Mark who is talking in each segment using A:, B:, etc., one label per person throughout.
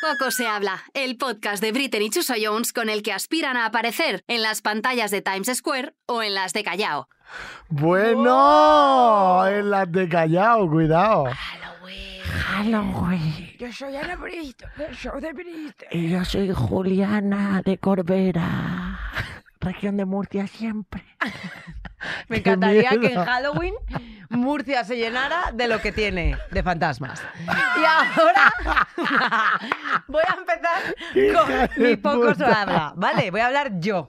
A: Poco se habla, el podcast de Britney y Chuso Jones con el que aspiran a aparecer en las pantallas de Times Square o en las de Callao.
B: Bueno, en las de Callao, cuidado.
C: Halloween.
D: Halloween.
C: Yo soy Ana Brito, del show de Brito.
D: Y yo soy Juliana de Corbera, región de Murcia siempre.
C: Me
B: Qué
C: encantaría que en
B: miedo.
C: Halloween Murcia se llenara de lo que tiene, de fantasmas. Y ahora voy a
B: Qué
C: empezar
B: hija
C: con
B: de
C: mi poco se
B: puta.
C: habla. Vale, voy a hablar yo.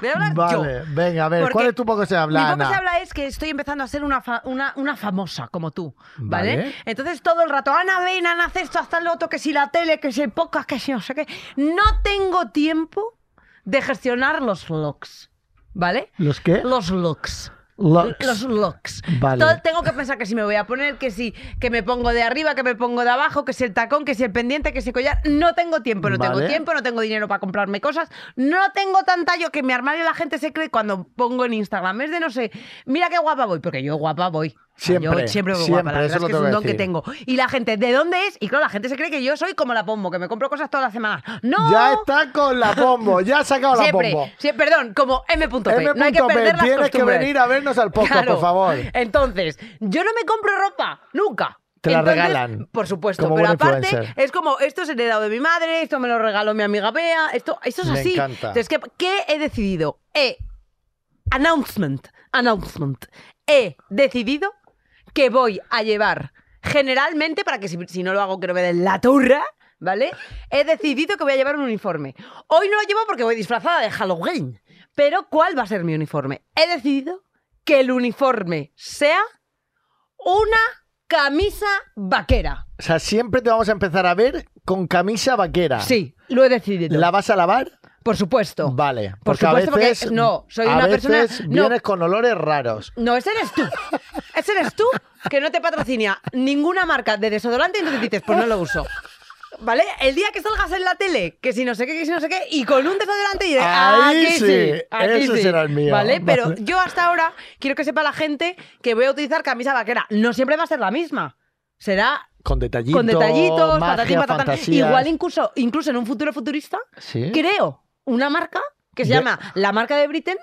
C: Voy a hablar
B: Vale,
C: yo.
B: venga, a ver,
C: Porque
B: ¿cuál es tu poco se habla,
C: Mi poco se
B: Ana?
C: habla es que estoy empezando a ser una, fa- una, una famosa como tú, ¿vale?
B: Vale.
C: Entonces todo el rato, Ana, ven, Ana, haz esto, hasta lo otro, que si la tele, que si el podcast, que si no sé qué. No tengo tiempo de gestionar los looks, ¿vale?
B: ¿Los qué?
C: Los looks.
B: Locks.
C: Los looks.
B: Vale.
C: Todo- tengo que pensar que si me voy a poner, que si que me pongo de arriba, que me pongo de abajo, que si el tacón, que si el pendiente, que si el collar. No tengo tiempo, no tengo
B: Vale.
C: tiempo, no tengo dinero para comprarme cosas. No tengo tan tallo que mi armario la gente se cree cuando pongo en Instagram. Es de no sé, mira qué guapa voy, porque yo guapa voy. O sea,
B: Siempre,
C: yo siempre voy
B: siempre,
C: guapa, la
B: eso
C: verdad es
B: lo
C: que es
B: tengo
C: un
B: que
C: don que
B: decir.
C: tengo. Y la gente, ¿de dónde es? Y claro, la gente se cree que yo soy como la pombo, que me compro cosas todas las semanas. ¡No!
B: Ya está con la pombo, ya ha sacado la
C: Siempre,
B: pombo.
C: sie- perdón, como M.P. No hay que
B: M.P.,
C: perder las
B: tienes que
C: costumbres.
B: venir a vernos al podcast,
C: Claro.
B: por favor.
C: Entonces, yo no me compro ropa, nunca.
B: Te la
C: Entonces,
B: regalan.
C: Por supuesto,
B: Como
C: pero
B: buen
C: aparte
B: influencer.
C: es como esto es heredado de mi madre, esto me lo regaló mi amiga Bea, esto, esto es
B: Me
C: así.
B: encanta.
C: Entonces, ¿qué, qué he decidido? He announcement, announcement. He decidido que voy a llevar generalmente, para que si, si no lo hago que no me den la turra, ¿vale? He decidido que voy a llevar un uniforme. Hoy no lo llevo porque voy disfrazada de Halloween, pero ¿cuál va a ser mi uniforme? He decidido que el uniforme sea una camisa vaquera.
B: O sea, siempre te vamos a empezar a ver con camisa vaquera.
C: Sí, lo he decidido.
B: Ah. ¿La vas a lavar?
C: Por supuesto.
B: Vale.
C: Por
B: porque a
C: supuesto, porque
B: veces,
C: no, soy
B: a
C: una
B: veces
C: persona- no.
B: Vienes con olores raros.
C: No, ese eres tú. Ese eres tú que no te patrocina ninguna marca de desodorante y entonces dices, pues no lo uso. ¿Vale? El día que salgas en la tele, que si no sé qué, que si no sé qué, y con un desodorante y dices,
B: Ahí
C: aquí sí,
B: sí,
C: aquí
B: ese
C: sí".
B: será el mío.
C: ¿Vale? Pero
B: Vale.
C: yo hasta ahora quiero que sepa la gente que voy a utilizar camisa vaquera. No siempre va a ser la misma. Será
B: Con detallitos.
C: con detallitos,
B: magia,
C: patatín, patatán.
B: fantasías.
C: Igual incluso, incluso en un futuro futurista,
B: Sí.
C: creo una marca que se
B: De- Oh,
C: llama la marca de Britain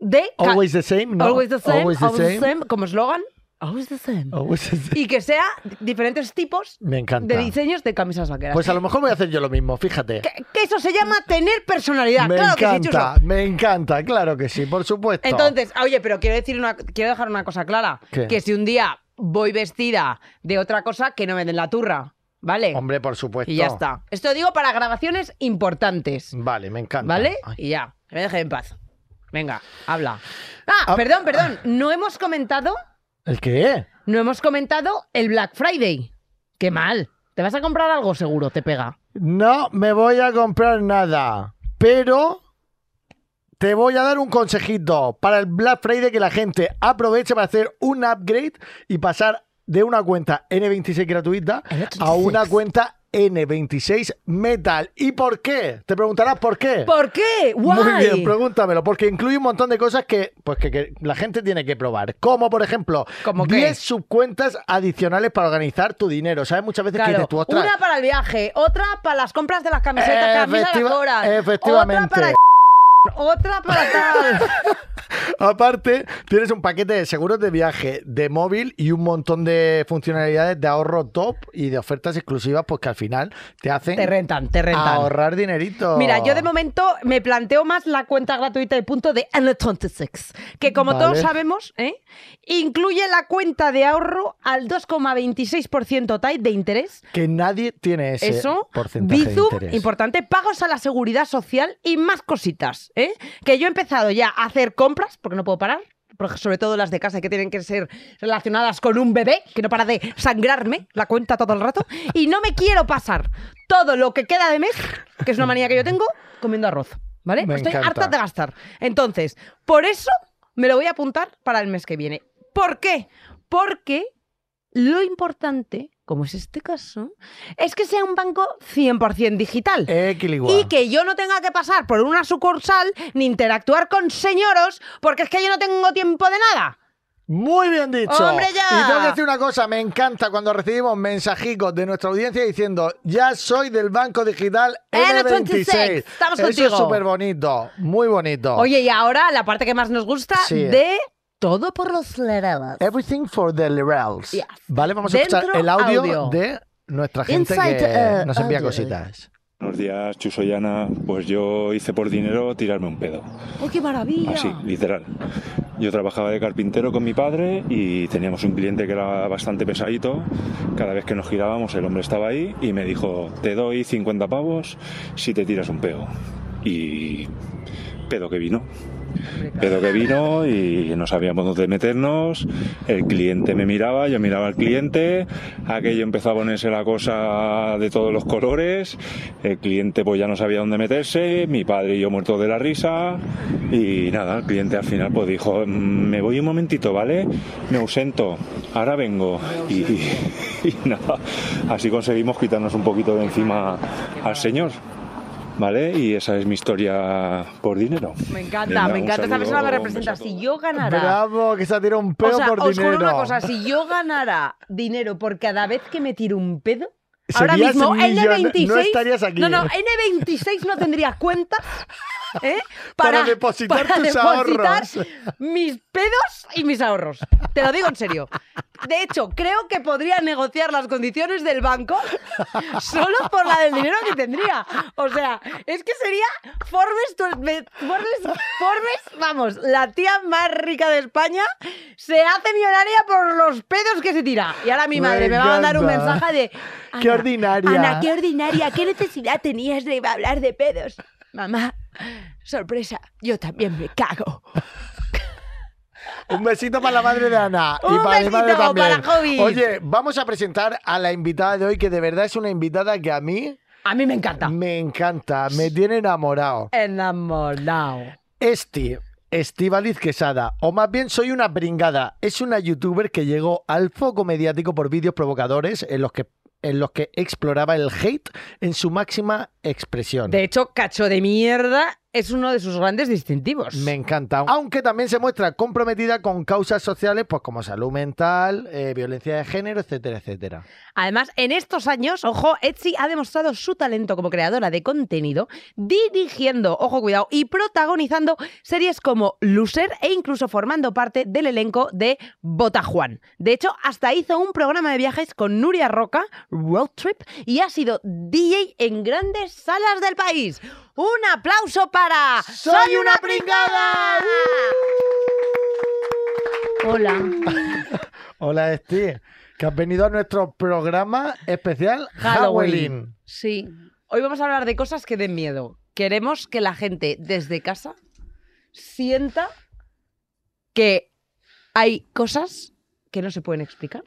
C: de ca-
B: Always the same, ¿no?
C: Always the same,
B: Always the same.
C: como eslogan. Always the same.
B: Always the same.
C: Y que sea diferentes tipos
B: pues Me encanta.
C: de diseños de camisas vaqueras.
B: Pues a lo mejor voy a hacer yo lo mismo, fíjate.
C: que, que eso se llama tener personalidad.
B: Me
C: claro que sí,
B: encanta,
C: Chuso.
B: me encanta, claro que sí, por supuesto.
C: Entonces, oye, pero quiero decir una, quiero dejar una cosa clara.
B: ¿Qué?
C: Que si un día voy vestida de otra cosa, que no me den la turra. ¿Vale?
B: Hombre, por supuesto.
C: y ya está. Esto digo para grabaciones importantes.
B: Vale, me encanta.
C: ¿Vale?
B: Ay.
C: Y ya, que me deje en paz. Venga, habla. Ah,
B: Ah,
C: perdón, perdón. No hemos comentado,
B: ¿El qué?
C: no hemos comentado el Black Friday. Qué mal. Te vas a comprar algo seguro, te pega.
B: No me voy a comprar nada, pero te voy a dar un consejito para el Black Friday que la gente aproveche para hacer un upgrade y pasar de una cuenta N26 gratuita a una cuenta N26 Metal. ¿Y por qué? Te preguntarás por qué.
C: ¿Por qué?
B: Muy bien,
C: Guay.
B: pregúntamelo, porque incluye un montón de cosas que, pues que, que la gente tiene que probar. Como, por ejemplo,
C: ¿Cómo qué?
B: 10 subcuentas adicionales para organizar tu dinero. ¿Sabes? Muchas veces que
C: Claro,
B: dices tú, "Ostras,
C: una para el viaje, otra para las compras de las camisetas, camisas de las
B: Efectiva-
C: horas,
B: efectivamente.
C: otra para otra para tal.
B: Aparte, tienes un paquete de seguros de viaje, de móvil y un montón de funcionalidades de ahorro top y de ofertas exclusivas, pues que al final te hacen
C: te rentan, te rentan.
B: ahorrar dinerito.
C: Mira, yo de momento me planteo más la cuenta gratuita y punto de N26, que como
B: Vale.
C: todos sabemos, ¿eh? incluye la cuenta de ahorro al 2,26% TAI de interés.
B: Que nadie tiene ese
C: Eso,
B: porcentaje de
C: Bizum,
B: interés.
C: importante, pagos a la seguridad social y más cositas, ¿eh? Que yo he empezado ya a hacer compras, porque no puedo parar, porque sobre todo las de casa que tienen que ser relacionadas con un bebé, que no para de sangrarme la cuenta todo el rato, y no me quiero pasar todo lo que queda de mes, que es una manía que yo tengo, comiendo arroz, ¿vale?
B: Me
C: Estoy
B: encanta.
C: harta de gastar. Entonces, por eso Me lo voy a apuntar para el mes que viene. ¿Por qué? Porque lo importante, como es este caso, es que sea un banco 100% digital.
B: Eh, Equiligua.
C: Y que yo no tenga que pasar por una sucursal ni interactuar con señoros, porque es que yo no tengo tiempo de nada.
B: Muy bien dicho.
C: ¡Hombre, ya!
B: Y tengo que decir una cosa, me encanta cuando recibimos mensajicos de nuestra audiencia diciendo, ya soy del Banco Digital N26.
C: N26. Estamos
B: Eso
C: contigo.
B: es súper bonito, muy bonito.
C: Oye, y ahora la parte que más nos gusta
B: Oh. Sí. Eh.
C: de todo por los lerelas.
B: Everything for the Lerals.
C: Yes.
B: Vale, vamos a
C: Dentro
B: escuchar el audio,
C: audio.
B: de nuestra gente
C: Inside,
B: que
C: eh,
B: nos envía
C: audio.
B: cositas.
E: Buenos días, Chusoyana. Pues yo hice por dinero tirarme un pedo.
C: ¡Oh, qué maravilla!
E: Así, literal. Yo trabajaba de carpintero con mi padre y teníamos un cliente que era bastante pesadito. Cada vez que nos girábamos, el hombre estaba ahí y me dijo: Te doy 50 pavos si te tiras un pedo. Y. pedo que vino. Pedo que vino y no sabíamos dónde meternos. El cliente me miraba, yo miraba al cliente. Aquello empezó a ponerse la cosa de todos los colores. El cliente pues ya no sabía dónde meterse. Mi padre y yo muertos de la risa. Y nada, el cliente al final pues dijo, "Mm, me voy un momentito, ¿vale? Me ausento, ahora vengo. Y, y nada, así conseguimos quitarnos un poquito de encima al señor. ¿Vale? Y esa es mi historia por dinero.
C: Me encanta,
E: Venga,
C: me
E: un
C: encanta. Esta
E: saludo,
C: persona me
E: un
C: representa.
E: beso a
C: Si
E: todos.
C: yo ganara.
B: Bravo, que se ha tirado un peo
C: o sea,
B: por
C: os juro
B: dinero.
C: una cosa, si yo ganara dinero por cada vez que me tiro un pedo, ahora
B: Serías
C: mismo
B: millona-
C: N26
B: no estarías aquí.
C: No, no, N26 no tendría cuentas ¿eh?
B: Para depositar
C: para
B: tus
C: depositar
B: ahorros.
C: mis pedos y mis ahorros. Te lo digo en serio. De hecho, creo que podría negociar las condiciones del banco solo por la del dinero que tendría. O sea, es que sería Forbes, tu- me- Forbes, Forbes, vamos, la tía más rica de España se hace millonaria por los pedos que se tira. Y ahora mi
B: Me
C: madre me, va a mandar un
B: encanta.
C: mensaje de...
B: Qué
C: "Ana,
B: ordinaria".
C: Ana, qué ordinaria, qué necesidad tenías de hablar de pedos. Mamá, sorpresa, yo también me cago.
B: Un besito para la madre de Ana y
C: Un
B: para mi madre
C: besito
B: también.
C: para Jovi.
B: Oye, vamos a presentar a la invitada de hoy, que de verdad es una invitada que a mí
C: A mí me encanta.
B: me encanta, me tiene enamorado.
C: Enamorado.
B: Esti, Estivaliz Quesada, o más bien soy una pringada, es una youtuber que llegó al foco mediático por vídeos provocadores en los que en los que exploraba el hate en su máxima expresión.
C: De hecho, cacho de mierda es uno de sus grandes distintivos.
B: Me encanta. Aunque también se muestra comprometida con causas sociales, pues como salud mental, eh, violencia de género, etcétera, etcétera.
C: Además, en estos años, ojo, Etsy ha demostrado su talento como creadora de contenido, dirigiendo, ojo, cuidado, y protagonizando series como Loser e incluso formando parte del elenco de Bota Juan. De hecho, hasta hizo un programa de viajes con Nuria Roca, Road Trip, y ha sido DJ en grandes salas del país. Un aplauso para
B: ¡Soy una pringada!
F: Hola,
B: Hola, Esti, que has venido a nuestro programa especial Halloween.
C: Halloween.
F: sí.
C: Hoy vamos a hablar de cosas que den miedo. Queremos que la gente desde casa sienta que hay cosas que no se pueden explicar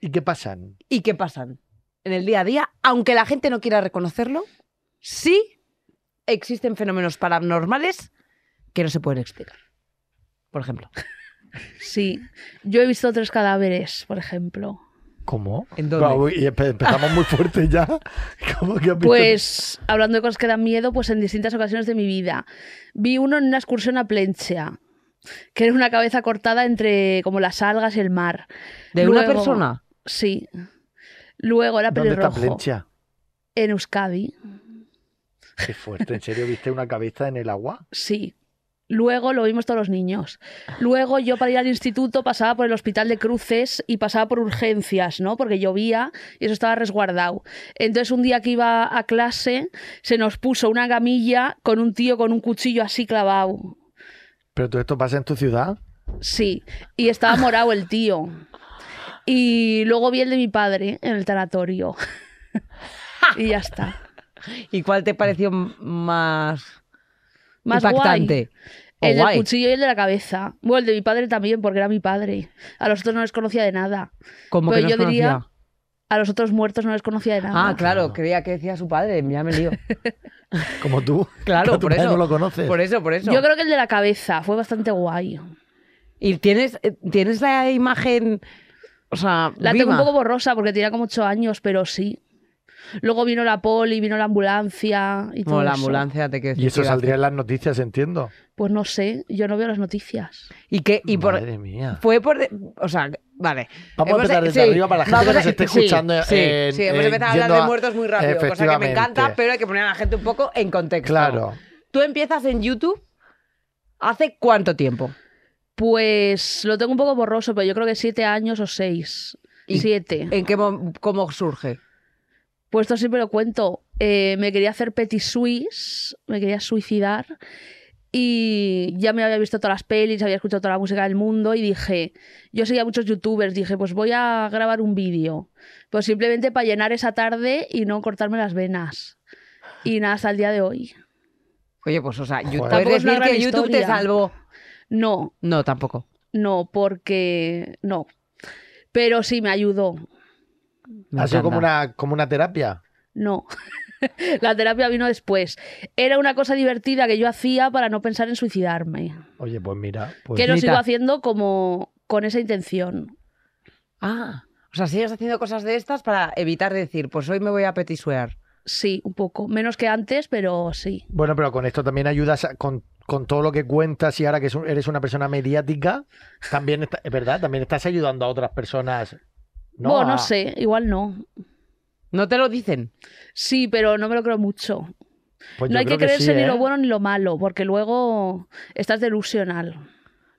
B: ¿Y qué pasan?
C: y que pasan en el día a día, aunque la gente no quiera reconocerlo, sí existen fenómenos paranormales que no se pueden explicar. Por ejemplo,
F: Sí, yo he visto tres cadáveres, por ejemplo.
B: ¿Cómo?
C: ¿En dónde?
B: Guau, y empe- empezamos muy fuerte ya. ¿Cómo que has visto-
F: Pues hablando de cosas que dan miedo, pues en distintas ocasiones de mi vida. Vi uno en una excursión a Plencha, que era una cabeza cortada entre como las algas y el mar.
C: de una
F: Luego-
C: persona.
F: Sí. Luego era
B: ¿Dónde está
F: pelirrojo.
B: Plencha?
F: En Euskadi,
B: Qué fuerte, ¿en serio viste una cabeza en el agua?
F: sí. Luego lo vimos todos los niños. Luego yo para ir al instituto pasaba por el hospital de cruces y pasaba por urgencias, ¿no? Porque llovía y eso estaba resguardado. Entonces un día que iba a clase se nos puso una camilla con un tío con un cuchillo así clavado.
B: Pero todo esto pasa en tu ciudad.
F: Sí, y estaba morado el tío. Y luego vi el de mi padre en el tanatorio. y ya está.
C: ¿Y cuál te pareció m- más,
F: Más
C: impactante? O
F: guay. El
C: Oh, guay.
F: del cuchillo y el de la cabeza. Bueno, el de mi padre también, porque era mi padre. A los otros no les conocía de nada.
C: Como que
F: Pues
C: no
F: yo
C: os
F: diría-
C: conocía.
F: A los otros muertos no les conocía de nada.
C: Ah, claro, creía que decía su padre, ya me lío.
B: Como tú.
C: Claro,
B: que a tu
C: por
B: padre
C: eso.
B: no lo conoces.
C: Por eso, por eso.
F: Yo creo que el de la cabeza fue bastante guay.
C: Y tienes, eh, tienes la imagen. O sea,
F: La tengo un
C: viva.
F: poco borrosa porque tenía como ocho años, pero sí. Luego vino la poli, vino la ambulancia y todo
C: Como la
F: eso.
C: ambulancia, te quiero
B: Y eso
C: decir,
B: saldría en las noticias, entiendo.
F: Pues no sé, yo no veo las noticias.
C: Y que, y por,
B: Madre mía.
C: fue por. de- O sea, vale.
B: Vamos a
C: Hemos-
B: empezar desde
C: sí,
B: arriba para la gente
C: vamos
B: que
C: a-
B: nos esté
C: sí,
B: escuchando.
C: Sí,
B: en-
C: sí, hemos
B: en-
C: empezado a hablar
B: yendo
C: de muertos muy rápido, cosa que me encanta,
B: Efectivamente.
C: pero hay que poner a la gente un poco en contexto.
B: Claro.
C: ¿Tú empiezas en YouTube hace cuánto tiempo?
F: Pues lo tengo un poco borroso, pero yo creo que siete años o seis.
C: Y-
F: Siete.
C: ¿En qué mo- cómo surge?
F: Pues esto siempre lo cuento. Eh, me quería hacer petit suisse, me quería suicidar y ya me había visto todas las pelis, había escuchado toda la música del mundo y dije, yo seguía a muchos youtubers, dije, pues voy a grabar un vídeo, pues simplemente para llenar esa tarde y no cortarme las venas. Y nada, hasta el día de hoy.
C: Oye, pues, o sea, yo-
B: Joder.
C: puedes
F: Tampoco es una
C: decir que
F: gran
C: YouTube te
F: historia.
C: salvó.
F: No,
C: No, tampoco.
F: no, porque no. Pero sí me ayudó.
C: Me
B: Ha sido
C: encanta.
B: como una, como una terapia.
F: No. la terapia vino después. Era una cosa divertida que yo hacía para no pensar en suicidarme.
B: Oye, pues mira. Pues,
F: que lo sigo
C: Rita.
F: haciendo como con esa intención.
C: Ah, o sea, sigues haciendo cosas de estas para evitar decir, pues hoy me voy a petisuear.
F: Sí, un poco. Menos que antes, pero sí.
B: Bueno, pero con esto también ayudas a- con, con todo lo que cuentas y ahora que es un- eres una persona mediática, también está- es verdad, también estás ayudando a otras personas.
F: No, bueno,
B: A-
F: no sé, igual no.
C: No te lo dicen.
F: Sí, pero no me lo creo mucho.
B: Pues yo
F: no hay
B: creo
F: que creerse
B: sí,
F: ni
B: ¿eh?
F: lo bueno ni lo malo, porque luego estás delusional.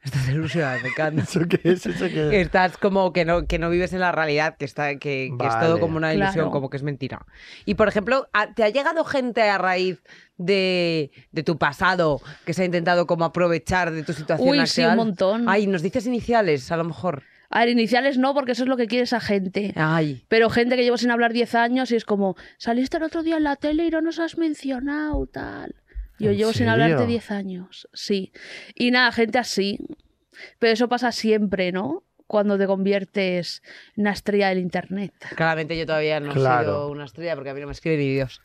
C: Estás ilusionada, me encanta.
B: ¿Eso qué es? ¿Eso qué es?
C: Que Estás como que no, que no vives en la realidad, que, está, que, que es todo
B: Vale.
C: como una ilusión,
F: Claro.
C: como que es mentira. Y por ejemplo, ¿a- ¿te ha llegado gente a raíz de, de tu pasado que se ha intentado como aprovechar de tu situación
F: Uy,
C: actual?
F: sí, un montón.
C: Ay, nos dices iniciales, a lo mejor.
F: A ver, iniciales no, porque eso es lo que quiere esa gente.
C: Ay,
F: Pero gente que llevo sin hablar 10 años y es como, saliste el otro día en la tele y no nos has mencionado, tal. Yo
B: ¿En
F: llevo sin
B: serio?
F: hablarte 10 años, sí. Y nada, gente así. Pero eso pasa siempre, ¿no? Cuando te conviertes en una estrella del internet.
C: claramente yo todavía no he
B: Claro.
C: sido una estrella porque a mí no me escribe ni Dios.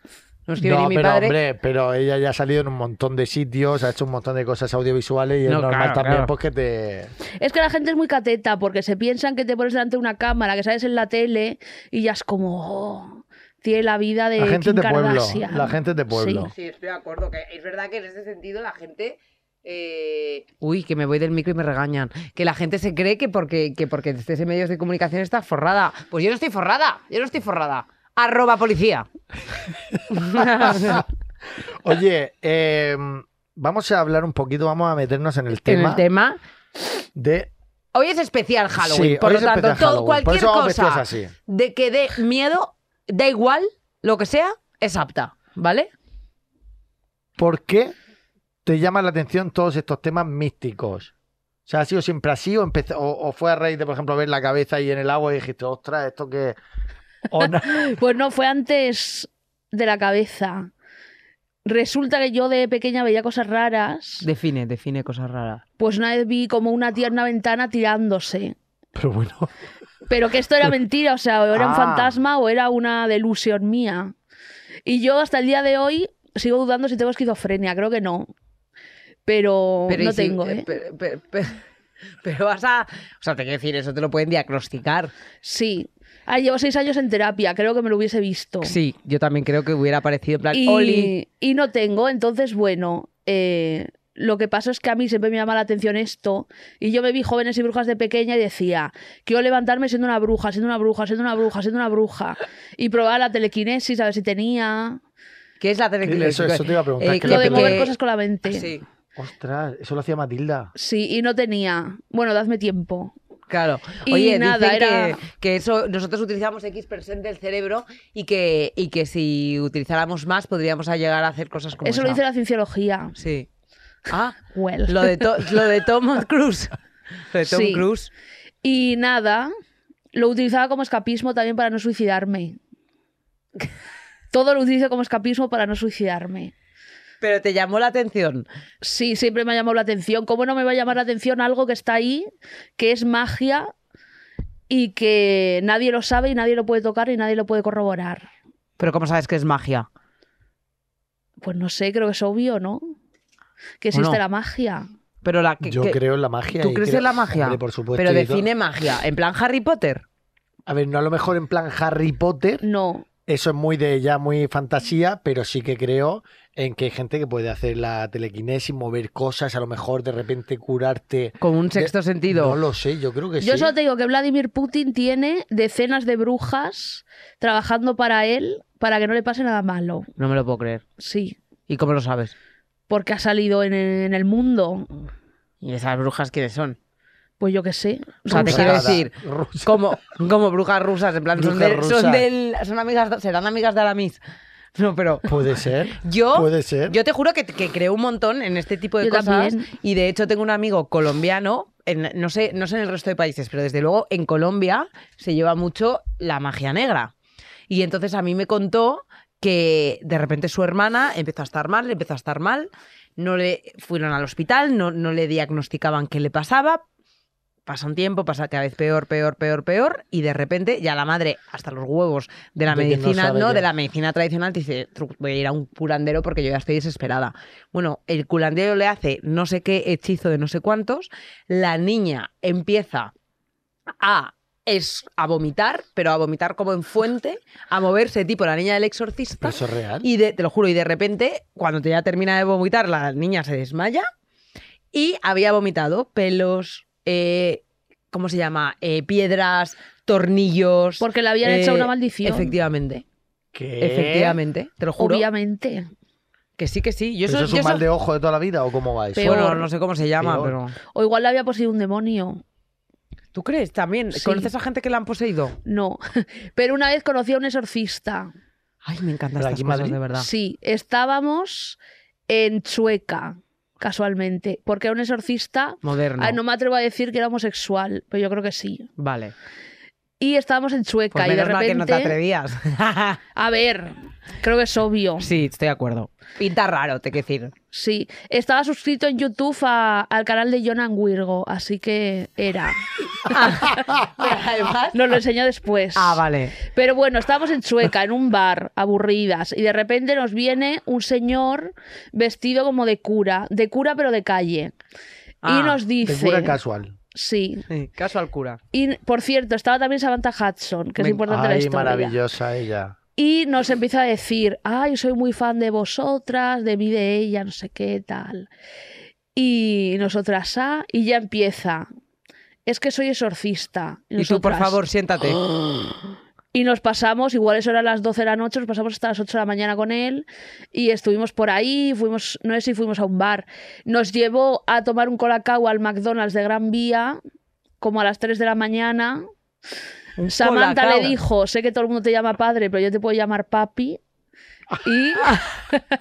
C: No escribe ni mi
B: pero
C: padre.
B: hombre, pero ella ya ha salido en un montón de sitios, ha hecho un montón de cosas audiovisuales y es
C: No,
B: normal
C: claro,
B: también
C: claro.
B: pues que te...
C: Eh,
F: Es que la gente es muy cateta porque se piensan que te pones delante de una cámara, que sales en la tele y ya es como, oh, tiene la vida de
B: La gente
F: Kim
B: de pueblo,
F: Kardashian.
B: la gente de
F: Sí.
B: pueblo.
C: Sí, estoy de acuerdo. Que es verdad que en ese sentido la gente. eh, Uy, que me voy del micro y me regañan. Que la gente se cree que porque, que porque estés en medios de comunicación está forrada. Pues yo no estoy forrada, yo no estoy forrada. Arroba policía.
B: Oye, eh, vamos a hablar un poquito, vamos a meternos en el
C: en
B: tema
C: el tema.
B: de...
C: Hoy es especial Halloween.
B: Sí,
C: por
B: hoy
C: lo
B: es
C: tanto,
B: especial
C: todo-
B: Halloween, por
C: cualquier
B: eso vamos vestidos
C: cosa
B: así.
C: de que dé miedo, da igual, lo que sea, es apta. ¿Vale?
B: ¿Por qué te llaman la atención todos estos temas místicos? O sea, ¿ha sido siempre así o, empezó- o, o fue a raíz de, por ejemplo, ver la cabeza ahí en el agua y dijiste, ostras, esto que... O na-
F: Pues no, fue antes de la cabeza. Resulta que yo de pequeña veía cosas raras.
C: Define, define cosas raras.
F: Pues una vez vi como una tía en una ventana tirándose.
B: Pero bueno,
F: Pero que esto era mentira, o sea, o era un
B: Ah.
F: fantasma o era una delusión mía. Y yo hasta el día de hoy sigo dudando si tengo esquizofrenia, creo que no. Pero,
C: Pero
F: no
C: y si-
F: tengo,
C: eh,
F: ¿eh?
C: Pero, pero- pero- pero vas a. O sea, te quiero decir, eso te lo pueden diagnosticar.
F: Sí. Ah, llevo seis años en terapia, creo que me lo hubiese visto.
C: Sí, yo también creo que hubiera parecido en plan.
F: y,
C: Oli.
F: y no tengo, entonces bueno, eh, lo que pasa es que a mí siempre me llama la atención esto y yo me vi jóvenes y brujas de pequeña y decía, quiero levantarme siendo una bruja, siendo una bruja, siendo una bruja, siendo una bruja y probaba la telequinesis a ver si tenía
C: ¿Qué es la
B: eso,
C: telequinesis?
B: eso te iba a preguntar.
C: Eh,
B: ¿qué
C: lo
F: lo
B: te
F: de
C: que-
F: mover
B: parece?
F: cosas con la mente. Sí.
C: Sí,
B: Ostras, eso lo hacía Matilda.
F: y no tenía. Bueno, dadme tiempo.
C: claro.
F: Y
C: Oye,
F: nada,
C: dicen
F: era-
C: que, que eso nosotros utilizamos X% del cerebro y que, y que si utilizáramos más podríamos a llegar a hacer cosas como
F: Eso lo
C: esa.
F: dice la cienciología.
C: Sí. Ah,
F: Well.
C: lo de, to- lo de Tom Cruise. Lo de Tom
F: Sí.
C: Cruise.
F: Y nada, lo utilizaba como escapismo también para no suicidarme. Todo lo utilizo como escapismo para no suicidarme.
C: Pero te llamó la atención.
F: Sí, siempre me ha llamado la atención. ¿Cómo no me va a llamar la atención algo que está ahí, que es magia y que nadie lo sabe y nadie lo puede tocar y nadie lo puede corroborar?
C: Pero ¿cómo sabes que es magia?
F: Pues no sé, creo que es obvio, ¿no? Que existe
C: Bueno.
F: la magia.
C: Pero la que.
B: Yo
C: que-
B: creo en la magia.
C: ¿Tú
B: y
C: crees
B: creo-
C: en la magia?
B: Hombre, por supuesto.
C: Pero
B: y todo.
C: define magia. ¿En plan Harry Potter?
B: A ver, no a lo mejor en plan Harry Potter,
F: No,
B: eso es muy de ya muy fantasía, pero sí que creo en que hay gente que puede hacer la telequinesis, mover cosas, a lo mejor de repente curarte.
C: Con un sexto sentido.
B: No lo sé, yo creo que
F: Yo
B: sí.
F: solo te digo que Vladimir Putin tiene decenas de brujas trabajando para él para que no le pase nada malo.
C: No me lo puedo creer.
F: Sí,
C: ¿Y cómo lo sabes?
F: porque ha salido en, en el mundo.
C: ¿Y esas brujas quiénes son?
F: Pues yo qué sé.
C: O sea, te
F: rusas.
C: quiero decir,
B: Rusa.
C: como, como brujas rusas, en plan, son,
B: Brujas
C: del, son
B: rusas.
C: del- son amigas, serán amigas de Aramis. No, pero
B: Puede ser.
C: yo,
B: Puede ser.
C: yo te juro que, que creo un montón en este tipo de
F: Yo
C: cosas.
F: también.
C: Y de hecho tengo un amigo colombiano, en- no, sé, no sé en el resto de países, pero desde luego en Colombia se lleva mucho la magia negra. Y entonces a mí me contó que de repente su hermana empezó a estar mal, empezó a estar mal, no le fueron al hospital, no, no le diagnosticaban qué le pasaba. Pasa un tiempo, pasa cada vez peor, peor, peor, peor, y de repente ya la madre, hasta los huevos de la
B: De que no
C: medicina, no,
B: sabe ya.
C: de la medicina tradicional, te dice, "Tru- voy a ir a un curandero porque yo ya estoy desesperada. Bueno, el curandero le hace no sé qué hechizo de no sé cuántos, la niña empieza a es a vomitar, pero a vomitar como en fuente, a moverse tipo la niña del exorcista.
B: Pero eso es real.
C: Y de- te lo juro, y de repente, cuando te ya termina de vomitar, la niña se desmaya y había vomitado pelos, eh, ¿cómo se llama? Eh, piedras, tornillos.
F: Porque le habían
C: eh,
F: hecho una maldición.
C: Efectivamente,
B: ¿Qué?
C: efectivamente, te lo juro.
F: Obviamente.
C: Que sí, que sí. Yo
B: ¿Pero
C: eso,
B: ¿Eso es un
C: yo
B: mal
C: eso-
B: de ojo de toda la vida o cómo va eso?
F: Peor.
C: Bueno, no sé cómo se llama,
B: Peor.
C: pero...
F: O igual le había poseído un demonio.
C: ¿Tú crees también?
F: Sí.
C: ¿Conoces a gente que la han poseído?
F: No. Pero una vez conocí a un exorcista.
C: Ay, me
B: ¿Pero
C: encantan estas
B: aquí en
C: cosas,
B: Madrid?
C: de verdad.
F: Sí, estábamos en Chueca, casualmente. Porque era un exorcista.
C: Moderno.
F: Ah, no me atrevo a decir que era homosexual, pero yo creo que sí.
C: Vale.
F: Y estábamos en Chueca
C: Pues
F: y de
C: menos mal
F: repente.
C: que no te atrevías.
F: A ver, creo que es obvio.
C: sí, estoy de acuerdo. Pinta raro, te quiero decir.
F: Sí. Estaba suscrito en YouTube a- al canal de Jonan Wirgo, así que era.
C: Además...
F: Nos lo enseñó después.
C: Ah, vale.
F: Pero bueno, estábamos en Chueca, en un bar, aburridas, y de repente nos viene un señor vestido como de cura, de cura pero de calle.
C: Ah,
F: y nos dice.
B: De cura casual.
F: Sí.
C: Caso al cura.
F: Y por cierto, estaba también Samantha Hudson, que
C: Me-
F: es importante la
B: Ay,
F: historia.
B: maravillosa ella.
F: Y nos empieza a decir, ay, soy muy fan de vosotras, de mí, de ella, no sé qué, tal. Y nosotras, ah, y ya empieza. Es que soy exorcista.
C: Y tú, por
F: nosotras,
C: favor, siéntate.
F: Y nos pasamos, igual eso era las 12 de la noche, nos pasamos hasta las 8 de la mañana con él y estuvimos por ahí, fuimos, no sé si fuimos a un bar. Nos llevó a tomar un colacao al McDonald's de Gran Vía, como a las 3 de la mañana. Samantha
C: colacao.
F: le dijo, sé que todo el mundo te llama padre, pero yo te puedo llamar papi. Y,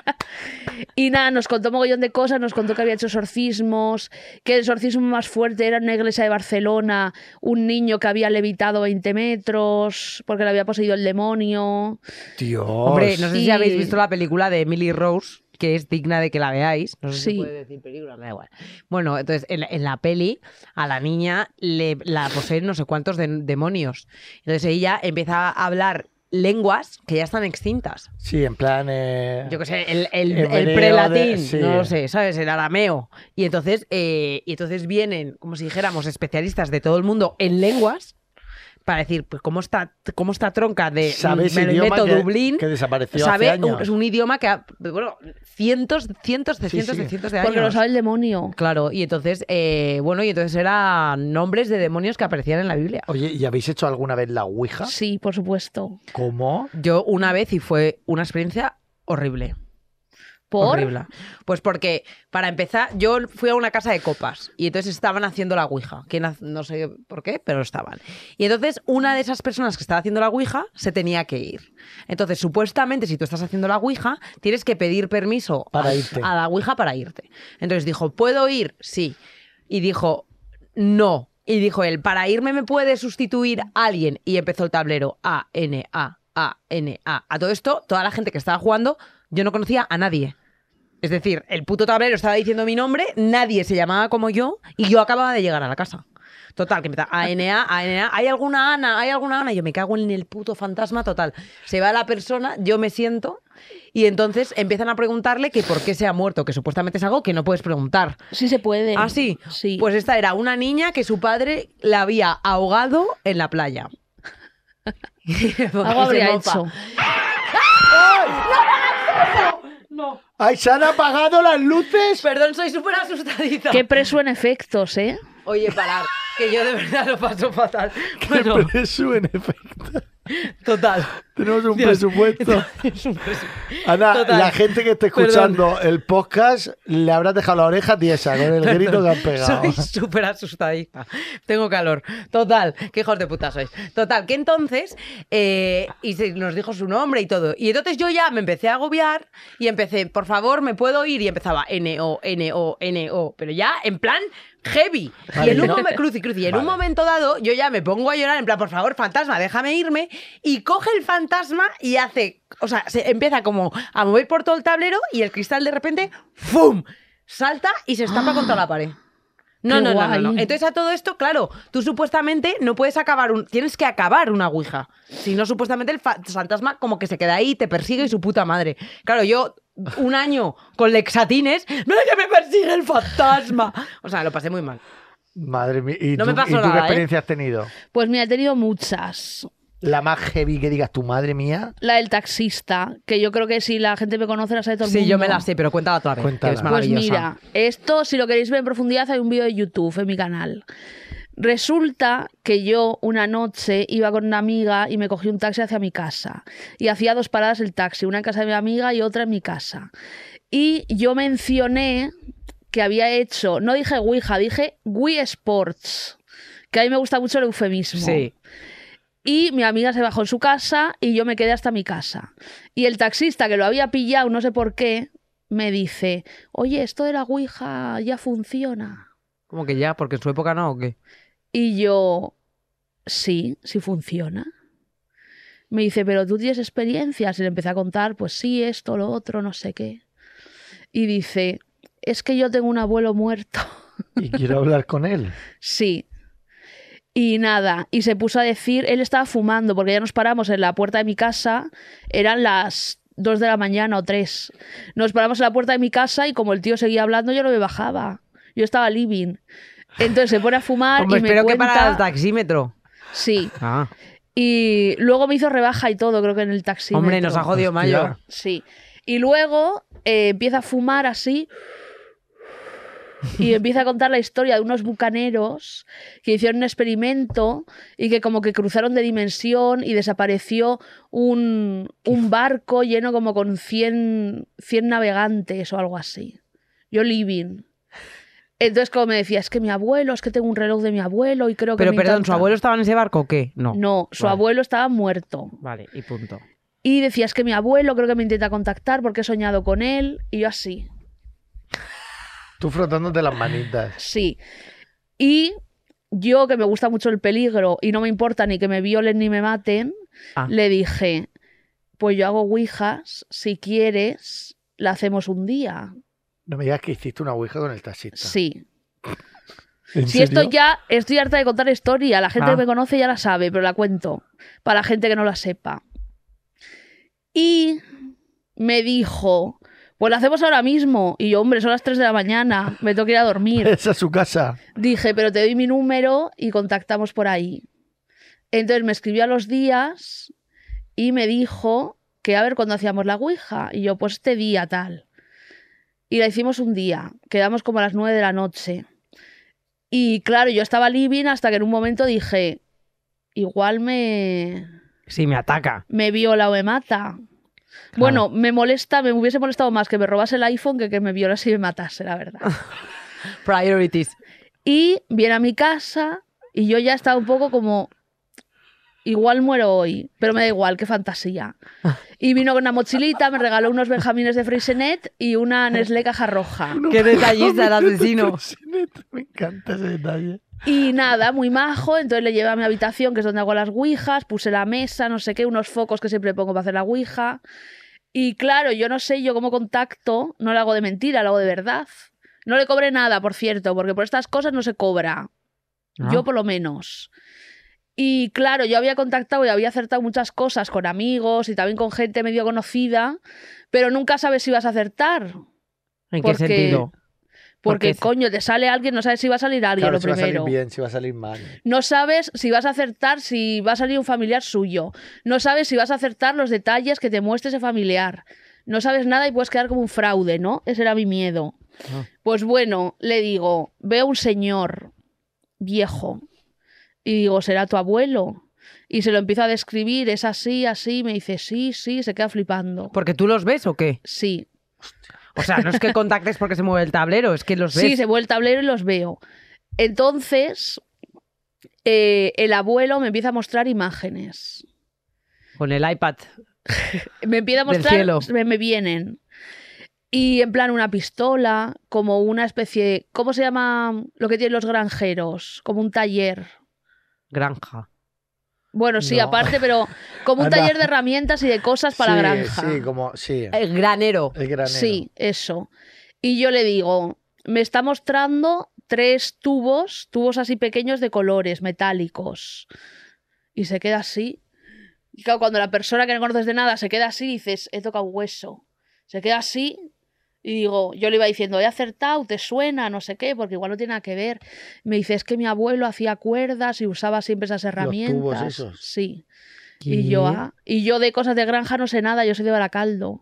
F: y nada, nos contó mogollón de cosas, nos contó que había hecho exorcismos, que el exorcismo más fuerte era en una iglesia de Barcelona, un niño que había levitado 20 metros porque le había poseído el demonio.
B: Dios.
C: Hombre, no sé si
F: Y-
C: habéis visto la película de Emily Rose, que es digna de que la veáis. No sé si
F: Sí.
C: puede decir película, me da igual. Bueno, entonces en, en la peli a la niña le, la poseen no sé cuántos de- demonios. Entonces ella empieza a hablar lenguas que ya están extintas.
B: Sí, en plan. eh,
C: yo qué sé, el, el-
B: El
C: el
B: hebreo
C: prelatín,
B: de- sí.
C: no lo sé, ¿sabes? El arameo. Y entonces, eh, y entonces vienen, como si dijéramos, especialistas de todo el mundo en lenguas para decir, pues, cómo está, cómo está tronca de
B: ¿Sabe ese
C: me lo
B: idioma
C: invento,
B: que,
C: Dublín.
B: que desapareció
C: sabe
B: hace
C: un,
B: años?
C: es un idioma que ha- bueno, cientos, cientos de
B: Sí,
C: cientos
B: sí.
C: de cientos de años.
F: Porque lo sabe el demonio.
C: Claro, y entonces, eh, bueno, y entonces eran nombres de demonios que aparecían en la Biblia.
B: Oye, ¿y habéis hecho alguna vez la Ouija?
F: Sí, por supuesto.
B: ¿Cómo?
C: Yo una vez y fue una experiencia horrible.
F: Por
C: Horrible. Pues porque, para empezar, yo fui a una casa de copas y entonces estaban haciendo la Ouija. Que na- no sé por qué, pero estaban. Y entonces una de esas personas que estaba haciendo la Ouija se tenía que ir. Entonces, supuestamente, si tú estás haciendo la Ouija, tienes que pedir permiso
B: Para
C: a,
B: irte.
C: a la Ouija para irte. Entonces dijo, ¿puedo ir? Sí. Y dijo, no. Y dijo él, para irme me puede sustituir alguien. Y empezó el tablero A, N, A, A, N, A. A todo esto, toda la gente que estaba jugando, yo no conocía a nadie. Es decir, el puto tablero estaba diciendo mi nombre, nadie se llamaba como yo y yo acababa de llegar a la casa. Total, que empieza ANA, ANA, hay alguna Ana, hay alguna Ana, yo me cago en el puto fantasma, total. Se va la persona, yo me siento y entonces empiezan a preguntarle que por qué se ha muerto, que supuestamente es algo que no puedes preguntar.
F: Sí se puede.
C: Ah, sí.
F: Sí.
C: Pues esta era una niña que su padre la había ahogado en la playa.
F: algo habría hecho.
B: ¡Ay, se han apagado las luces!
C: Perdón, soy súper asustadita.
F: Qué preso en efectos, ¿eh?
C: Oye, parar, que yo de verdad lo paso fatal. Bueno,
B: Eso, en efecto.
C: total.
B: Tenemos un
C: Dios.
B: presupuesto.
C: Es un presu-
B: Ana,
C: Total.
B: la gente que esté
C: Perdón.
B: escuchando el podcast le habrás dejado la oreja tiesa con el grito que han pegado.
C: Soy súper asustadita. Tengo calor. Total, qué hijos de puta sois. Total, que entonces, eh, y se- nos dijo su nombre y todo. Y entonces yo ya me empecé a agobiar y empecé, por favor, me puedo ir. Y empezaba N-O, N-O, N-O. Pero ya en plan heavy.
B: Vale,
C: y el
B: que no-
C: humo me cruza y cruza. Y en un
B: Vale.
C: momento dado, yo ya me pongo a llorar, en plan, por favor, fantasma, déjame irme. Y coge el fantasma y hace. O sea, se empieza como a mover por todo el tablero y el cristal de repente, ¡fum! Salta y se estampa contra la pared. No,
F: Qué
C: no, no, no, no.
F: guay.
C: Entonces a todo esto, claro, tú supuestamente no puedes acabar un... Tienes que acabar una ouija. Si no, supuestamente el fa- fantasma como que se queda ahí, te persigue y su puta madre. Claro, yo un año con lexatines... ¡No, que me persigue el fantasma! O sea, lo pasé muy mal.
B: Madre mía, ¿y
C: No
B: tú,
C: me pasó
B: y tú qué
C: nada, ¿eh?
B: experiencia has tenido?
F: Pues mira, he tenido muchas.
B: La más heavy que digas tu madre mía.
F: La del taxista, que yo creo que si la gente me conoce la sabe todo el
C: Sí,
F: mundo.
C: yo me la sé, pero cuéntala otra vez,
B: Cuéntala.
C: que es
F: Pues
C: maravillosa.
F: mira, esto, si lo queréis ver en profundidad, hay un vídeo de YouTube en mi canal. Resulta que yo una noche iba con una amiga y me cogí un taxi hacia mi casa. Y hacía dos paradas el taxi, una en casa de mi amiga y otra en mi casa. Y yo mencioné que había hecho, no dije Ouija, dije Wii Sports, que a mí me gusta mucho el eufemismo.
C: Sí.
F: Y mi amiga se bajó en su casa y yo me quedé hasta mi casa. Y el taxista que lo había pillado, no sé por qué, me dice, oye, esto de la Ouija ya funciona.
C: Como que ya, porque en su época no, ¿o qué?
F: Y yo, sí, sí funciona. Me dice, pero tú tienes experiencias. Y le empecé a contar, pues sí, esto, lo otro, no sé qué. Y dice, es que yo tengo un abuelo muerto.
B: Y quiero hablar con él.
F: Sí. Y nada, y se puso a decir, él estaba fumando, porque ya nos paramos en la puerta de mi casa, eran las 2 de la mañana o 3. Nos paramos en la puerta de mi casa y como el tío seguía hablando, yo no me bajaba. Yo estaba living. Entonces se pone a fumar
C: Hombre,
F: Ah, y me
C: espero que
F: cuenta-
C: para el taxímetro.
F: Sí.
C: Ah,
F: Y luego me hizo rebaja y todo, creo que en el taxi.
C: hombre, nos ha jodido
B: Hostia.
C: Mayo.
F: Sí. Y luego eh, empieza a fumar así. Y empieza a contar la historia de unos bucaneros que hicieron un experimento y que como que cruzaron de dimensión y desapareció un, un barco lleno como con 100, 100 navegantes o algo así. Yo living. Entonces como me decía, es que mi abuelo, es que tengo un reloj de mi abuelo y creo que...
C: Pero
F: me
C: perdón, ¿su
F: encanta".
C: abuelo estaba en ese barco o qué? No.
F: No, su
C: Oh, Vale.
F: abuelo estaba muerto.
C: Vale, y punto.
F: Y decías que mi abuelo creo que me intenta contactar porque he soñado con él. Y yo así,
B: Tú frotándote las manitas.
F: sí. Y yo, que me gusta mucho el peligro y no me importa ni que me violen ni me maten,
C: Ah.
F: le dije, pues yo hago ouijas, si quieres, la hacemos un día.
B: No me digas que hiciste una ouija con el taxista.
F: Sí.
B: ¿En
F: Si esto
B: serio?
F: ya, estoy harta de contar historia, la gente
C: Ah.
F: que me conoce ya la sabe, pero la cuento, para la gente que no la sepa. Y me dijo, pues la hacemos ahora mismo. Y yo, hombre, son las 3 de la mañana, me tengo que ir a dormir.
B: Esa es su casa.
F: Dije, pero te doy mi número y contactamos por ahí. Entonces me escribió a los días y me dijo que a ver cuándo hacíamos la Ouija. Y yo, pues este día tal. Y la hicimos un día. Quedamos como a las nueve de la noche. Y claro, yo estaba living hasta que en un momento dije, igual me,
C: Sí, me ataca.
F: me viola o me mata. Bueno, me molesta, me hubiese molestado más que me robase el iPhone que que me violase y me matase, la verdad.
C: Priorities.
F: Y viene a mi casa y yo ya estaba un poco como, igual muero hoy, pero me da igual, qué fantasía. Y vino con una mochilita, me regaló unos benjamines de Freixenet y una Nestlé caja roja.
C: Qué detallista el asesino.
B: Me encanta ese detalle.
F: Y nada, muy majo, entonces le llevé a mi habitación, que es donde hago las ouijas, puse la mesa, no sé qué, unos focos que siempre pongo para hacer la ouija. Y claro, yo no sé, yo como contacto, no lo hago de mentira, lo hago de verdad. No le cobré nada, por cierto, porque por estas cosas no se cobra. Yo por lo menos. Y claro, yo había contactado y había acertado muchas cosas con amigos y también con gente medio conocida, pero nunca sabes si vas a acertar.
C: ¿En
F: Porque-
C: qué sentido?
F: Porque,
C: Porque-
F: coño, te sale alguien, no sabes si va a salir alguien
B: Claro,
F: lo
B: si va a salir
F: primero.
B: bien, si va a salir mal.
F: No sabes si vas a acertar si va a salir un familiar suyo. No sabes si vas a acertar los detalles que te muestre ese familiar. No sabes nada y puedes quedar como un fraude, ¿no? Ese era mi miedo.
C: Ah.
F: Pues bueno, le digo, veo un señor viejo y digo, ¿será tu abuelo? Y se lo empiezo a describir, es así, así, me dice, sí, sí, se queda flipando.
C: ¿Porque tú los ves o qué?
F: Sí,
C: O sea, no es que contactes porque se mueve el tablero, es que los ves.
F: Sí, se mueve el tablero y los veo. Entonces, eh, el abuelo me empieza a mostrar imágenes.
C: Con el iPad.
F: Me empieza a
C: Del
F: mostrar,
C: cielo.
F: me, me vienen. Y en plan una pistola, como una especie, ¿cómo se llama lo que tienen los granjeros? Como un taller.
C: Granja.
F: Bueno, sí,
B: No.
F: aparte, pero como un
B: Anda.
F: taller de herramientas y de cosas
B: sí,
F: para la granja.
B: sí, como, sí.
C: El granero.
B: El granero.
F: Sí, eso. Y yo le digo, me está mostrando tres tubos, tubos así pequeños de colores metálicos. Y se queda así. Y claro, cuando la persona que no conoces de nada se queda así, dices, he tocado hueso. Se queda así. Y digo, yo le iba diciendo, he acertado, te suena, no sé qué, porque igual no tiene nada que ver. Me dice, es que mi abuelo hacía cuerdas y usaba siempre esas herramientas.
B: esos.
F: Sí. Y yo, ah, y yo de cosas de granja no sé nada, yo soy de Baracaldo.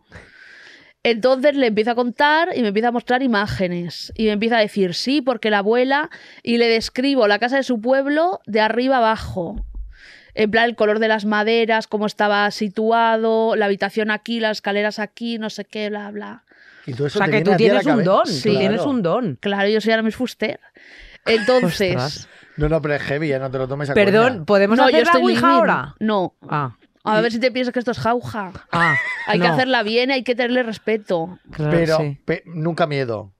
F: Entonces le empiezo a contar y me empieza a mostrar imágenes. Y me empieza a decir, sí, porque la abuela. Y le describo la casa de su pueblo de arriba abajo. En plan, el color de las maderas, cómo estaba situado, la habitación aquí, las escaleras aquí, no sé qué, bla, bla.
B: Y todo
C: O
B: eso
C: sea,
B: te
C: que
B: viene
C: tú
B: a ti a la
C: tienes un
B: cabe-
C: don.
F: Sí.
C: Tú tienes
B: Claro.
C: un don.
F: Claro, yo soy Aramis Fuster. Entonces.
C: Ostras.
B: No, no, pero es heavy, ya no te lo tomes a
C: Perdón,
B: coña.
C: ¿podemos
F: no, yo
C: hacer la
F: estoy
C: Ouija
F: living.
C: ahora?
F: No.
C: Ah,
F: A ver si te piensas que esto es jauja.
C: ah.
F: Hay que
C: no,
F: hacerla bien, hay que tenerle respeto.
C: claro,
B: Pero
C: sí.
B: pe- nunca miedo.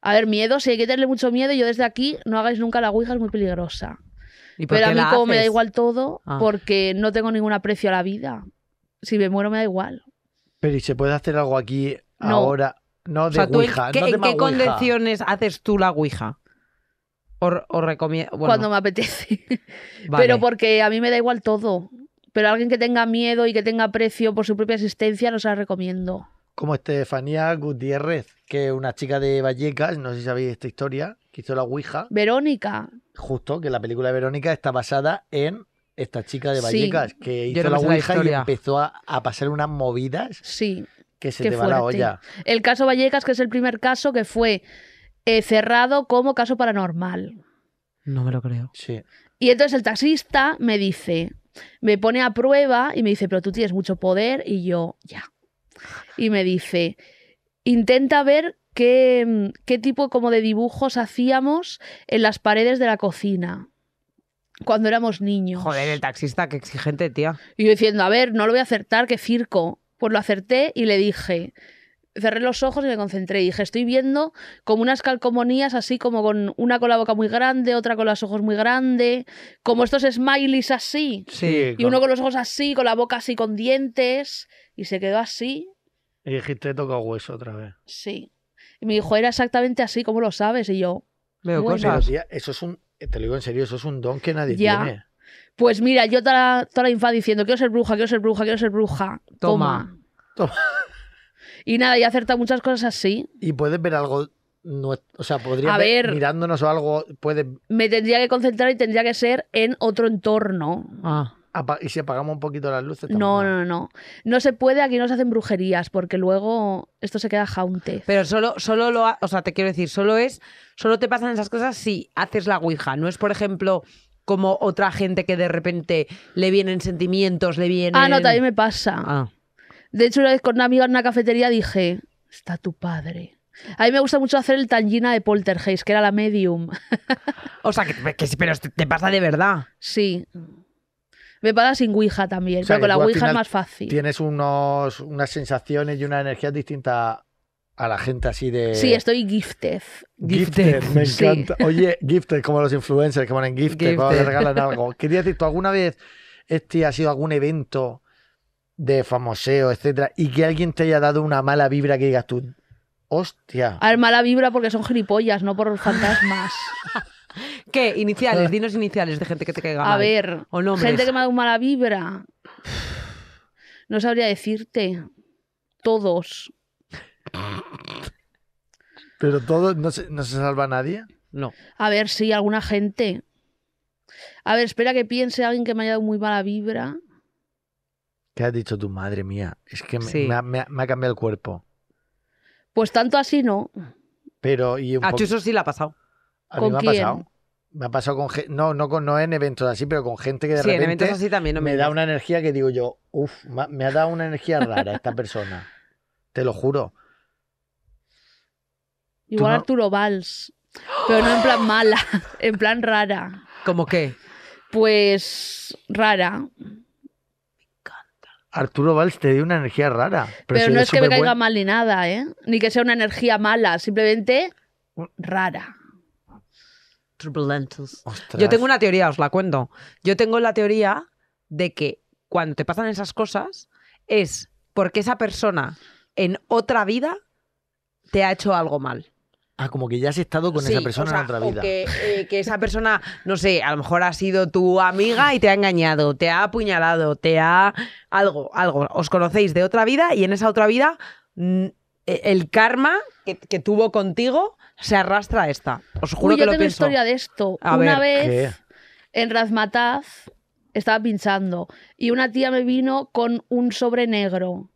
F: A ver, miedo, si hay que tenerle mucho miedo, yo desde aquí no hagáis nunca la Ouija, es muy peligrosa.
C: ¿Y por
F: Pero a
C: qué
F: mí
C: la
F: como me da
C: haces?
F: igual todo,
C: Ah.
F: porque no tengo ningún aprecio a la vida. Si me muero me da igual.
B: Pero ¿y se puede hacer algo aquí
F: No.
B: ahora? No
C: O
B: de
C: sea, ¿tú en
B: Ouija,
C: qué,
B: no
C: en
B: tema
C: qué
B: Ouija.
C: condiciones haces tú la Ouija? O, recomiendo...
F: Cuando me apetece. Pero porque a mí me da igual todo. Pero a alguien que tenga miedo y que tenga aprecio por su propia existencia, no se la recomiendo.
B: Como Estefanía Gutiérrez, que es una chica de Vallecas, no sé si sabéis esta historia, que hizo la Ouija,
F: Verónica,
B: justo que la película de Verónica está basada en esta chica de
F: Sí.
B: Vallecas, que
C: Yo
B: hizo
C: no me
B: la
C: sé la
B: Ouija y
C: historia.
B: empezó a, a pasar unas movidas
F: sí.
B: que se
F: Qué
B: te va la
F: fuerte.
B: olla.
F: El caso Vallecas, que es el primer caso que fue eh, cerrado como caso paranormal.
C: No me lo creo.
B: Sí.
F: Y entonces el taxista me dice, me pone a prueba y me dice, pero tú tienes mucho poder y yo, ya. Y me dice, intenta ver qué, mm, qué tipo como de dibujos hacíamos en las paredes de la cocina cuando éramos niños.
C: Joder, el taxista, qué exigente, tía.
F: Y yo diciendo, a ver, no lo voy a acertar, qué circo. Pues lo acerté y le dije, cerré los ojos y me concentré. Y dije, estoy viendo como unas calcomanías así, como con una con la boca muy grande, otra con los ojos muy grande, como estos smileys así.
C: Sí,
F: Y uno con los ojos así, con la boca así, con dientes. Y se quedó así,
B: Y dijiste, toca hueso otra vez.
F: sí. Y me dijo, era exactamente así, ¿cómo lo sabes? Y yo,
C: Veo
F: Bueno.
B: Pero,
C: cosas.
B: tía, eso es un, te lo digo en serio, eso es un don que nadie
F: Ya.
B: tiene.
F: pues mira, yo toda la, toda la infancia diciendo, quiero ser bruja, quiero ser bruja, quiero ser bruja.
C: Toma.
F: Toma.
B: Toma.
F: Y nada, y he acertado muchas cosas así.
B: Y puedes ver algo, nue- o sea, podrías
F: A
B: ver,
F: ver.
B: mirándonos o algo, puedes,
F: me tendría que concentrar y tendría que ser en otro entorno.
C: Ah,
B: apa- y si apagamos un poquito las luces.
F: No,
B: tampoco.
F: no, no. No se puede, aquí no se hacen brujerías, porque luego esto se queda jaunte.
C: Pero solo, solo lo, ha- o sea, te quiero decir, solo es, solo te pasan esas cosas si haces la ouija. No es, por ejemplo, como otra gente que de repente le vienen sentimientos, le vienen.
F: Ah, no, también me pasa.
C: Ah,
F: De hecho, una vez con una amiga en una cafetería dije, está tu padre. A mí me gusta mucho hacer el tangina de Poltergeist, que era la medium.
C: o sea, que, que sí, pero te, te pasa de verdad.
F: Sí. Me pasa sin Ouija también,
B: O sea, que
F: pero con la
B: tú al
F: Ouija
B: final
F: es más fácil.
B: Tienes unos, unas sensaciones y una energía distinta a la gente así de...
F: Sí, estoy gifted.
B: Gifted,
C: Gifted,
B: me
F: sí.
B: encanta. Oye, gifted, como los influencers que ponen gifted, cuando le
C: Gifted.
B: regalan algo. Quería decir, ¿tú alguna vez, este, ha sido algún evento de famoseo, etcétera, y que alguien te haya dado una mala vibra que digas tú, hostia.
F: A ver, mala vibra porque son gilipollas, no por fantasmas.
C: ¿Qué? Iniciales, dinos iniciales de gente que te caiga
B: Ah,
C: mal.
F: Ah. A ver,
C: O nombres.
F: gente que me ha dado mala vibra. No sabría decirte. Todos.
B: Pero todo, no se, no se salva nadie.
C: No.
F: A ver si alguna gente. A ver, espera que piense alguien que me haya dado muy mala vibra.
B: ¿Qué has dicho tú, madre mía? Es que me,
C: Sí.
B: me ha, me ha- me ha cambiado el cuerpo.
F: Pues tanto así no.
B: Pero, y un
C: A
B: poco-
C: Chuso sí la ha pasado.
B: a mí
F: ¿con
B: me ha
F: quién?
B: pasado. Me ha pasado con gen- no, no, con, no en eventos así, pero con gente que de
C: Sí, en
B: repente
C: eventos así también. No
B: me
C: me
B: da una energía que digo yo, uff, me ha dado una energía rara esta persona. Te lo juro.
F: Igual
B: no-
F: Arturo Valls. Pero no en plan mala, en plan rara.
C: ¿Cómo qué?
F: Pues rara.
B: Arturo Valls te dio una energía rara. Pero,
F: Pero,
B: si
F: no
B: eres
F: es que me
B: superbuen-
F: caiga mal ni nada, ¿eh? Ni que sea una energía mala, simplemente rara.
C: Turbulentos.
B: Ostras.
C: Yo tengo una teoría, os la cuento. Yo tengo la teoría de que cuando te pasan esas cosas es porque esa persona en otra vida te ha hecho algo mal.
B: Ah, como que ya has estado con
C: Sí,
B: esa persona
C: o sea,
B: en otra
C: o
B: vida.
C: que, eh, que esa persona, no sé, a lo mejor ha sido tu amiga y te ha engañado, te ha apuñalado, te ha. algo, algo. Os conocéis de otra vida y en esa otra vida mm, e- el karma que, que tuvo contigo se arrastra a esta. Os juro
F: Uy,
C: que
F: yo
C: lo
F: tengo
C: pienso.
F: historia de esto.
C: A
F: una
B: ver,
F: vez en Razmataz estaba pinchando y una tía me vino con un sobre negro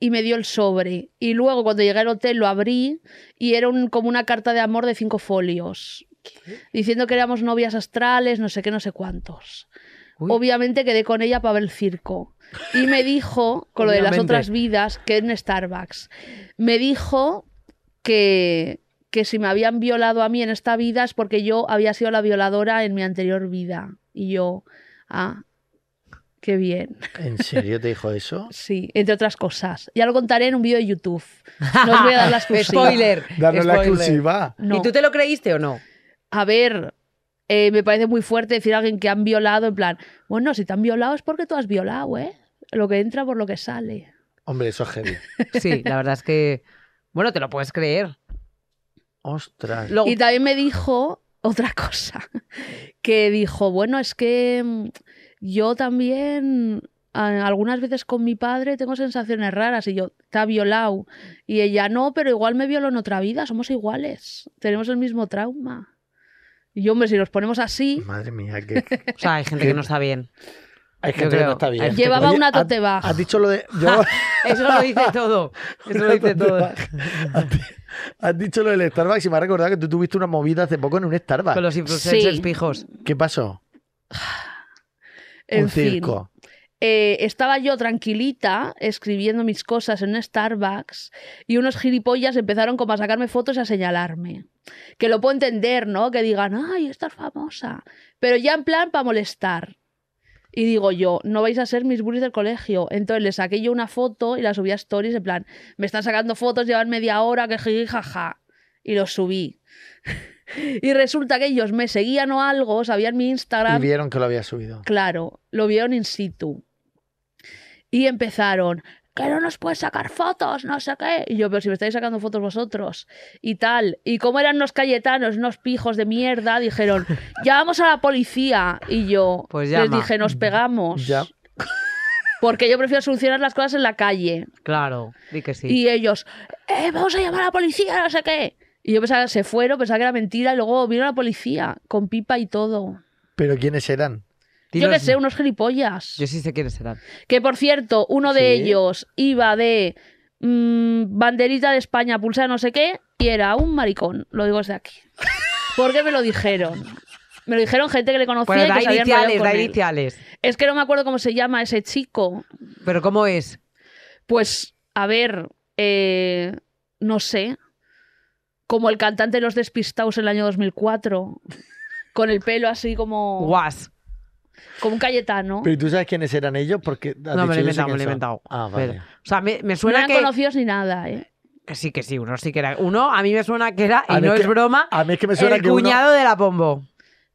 F: y me dio el sobre. Y luego cuando llegué al hotel lo abrí y era un- como una carta de amor de cinco folios. Diciendo que éramos novias astrales, no sé qué, no sé cuántos.
C: Uy.
F: Obviamente quedé con ella para ver el circo. Y me dijo, con lo de las
C: Obviamente.
F: otras vidas, que en Starbucks, me dijo que, que si me habían violado a mí en esta vida es porque yo había sido la violadora en mi anterior vida. Y yo, ah, qué bien.
B: ¿En serio te dijo eso?
F: Sí, entre otras cosas. Ya lo contaré en un vídeo de YouTube. No os voy a dar la exclusiva.
C: Spoiler. spoiler.
F: No.
C: ¿Y tú te lo creíste o no?
F: A ver, eh, me parece muy fuerte decir a alguien que han violado, en plan, bueno, si te han violado es porque tú has violado, ¿eh? Lo que entra por lo que sale.
B: Hombre, eso es heavy.
C: Sí, la verdad es que. Bueno, te lo puedes creer.
B: Ostras.
C: Luego-
F: Y también me dijo otra cosa, que dijo, bueno, es que mm, yo también a- algunas veces con mi padre tengo sensaciones raras y yo, te ha violado. Y ella, no, pero igual me violó en otra vida, somos iguales, tenemos el mismo trauma. Y yo, hombre, si nos ponemos así,
B: Madre mía, que
C: o sea, hay gente que no está bien.
B: hay
C: Yo
B: gente que
C: creo. Ah.
B: no está bien.
C: Hay gente
F: llevaba
B: Oye,
F: una
B: has-
F: tote bag.
B: Has dicho lo de. yo-
C: Eso lo dice todo. Eso lo dice todo.
B: Has di- Has dicho lo del Starbucks y me ha recordado que tú tuviste una movida hace poco en un Starbucks.
C: Con los influencers
F: Sí.
C: pijos.
B: ¿Qué pasó?
F: En
B: un
F: fin.
B: circo.
F: eh, estaba yo tranquilita escribiendo mis cosas en un Starbucks y unos gilipollas empezaron como a sacarme fotos y a señalarme. Que lo puedo entender, ¿no? Que digan, ay, esta es famosa. Pero ya en plan para molestar. Y digo yo, no vais a ser mis bullies del colegio. Entonces le saqué yo una foto y la subí a Stories en plan, me están sacando fotos, llevan media hora, que jiji, jaja. Y lo subí. y resulta que ellos me seguían o algo, sabían mi
B: Y
F: Instagram.
B: vieron que lo había subido.
F: Claro, lo vieron in situ. Y empezaron, que no nos puedes sacar fotos, no sé qué. Y yo, pero si me estáis sacando fotos vosotros y tal. Y como eran unos cayetanos, unos pijos de mierda, dijeron, llamamos a la policía. Y yo
C: Pues
F: les
C: llama.
F: dije, nos pegamos.
B: Ya.
F: Porque yo prefiero solucionar las cosas en la calle.
C: Claro, di que sí.
F: Y ellos, "Eh, vamos a llamar a la policía, no sé qué. Y yo pensaba que se fueron, pensaba que era mentira. Y luego vino la policía con pipa y todo.
B: Pero ¿quiénes eran?
F: Yo qué
C: Dinos-
F: sé, unos gilipollas.
C: Yo sí sé quiénes serán.
F: Que por cierto, uno de
B: Sí.
F: ellos iba de mm, banderita de España, pulsada no sé qué, y era un maricón, lo digo desde aquí. ¿Por qué me lo dijeron? Me lo dijeron gente que le conocía
C: Bueno,
F: y
C: da
F: que se habían rayado
C: iniciales,
F: con
C: da
F: él.
C: iniciales.
F: Es que no me acuerdo cómo se llama ese chico.
C: Pero ¿cómo es?
F: Pues, a ver, eh, no sé. Como el cantante de Los Despistados en el año 2004. Con el pelo así como,
C: Guas.
F: como un cayetano.
B: Pero tú sabes quiénes eran ellos porque. has
C: No, me lo he
B: dicho, yo sé
C: inventado, me lo he
B: quién son.
C: inventado.
B: Ah,
C: Pero-
B: vale.
C: o sea, me, me
F: No
C: suena
F: eran
C: que,
F: conocidos ni nada, ¿eh?
C: que sí, que sí, uno sí que era. Uno, a mí me suena que era,
B: A
C: y
B: mí
C: no
B: es
C: es
B: que-
C: broma,
B: A mí es que me suena
C: el
B: que uno-
C: cuñado de la pombo.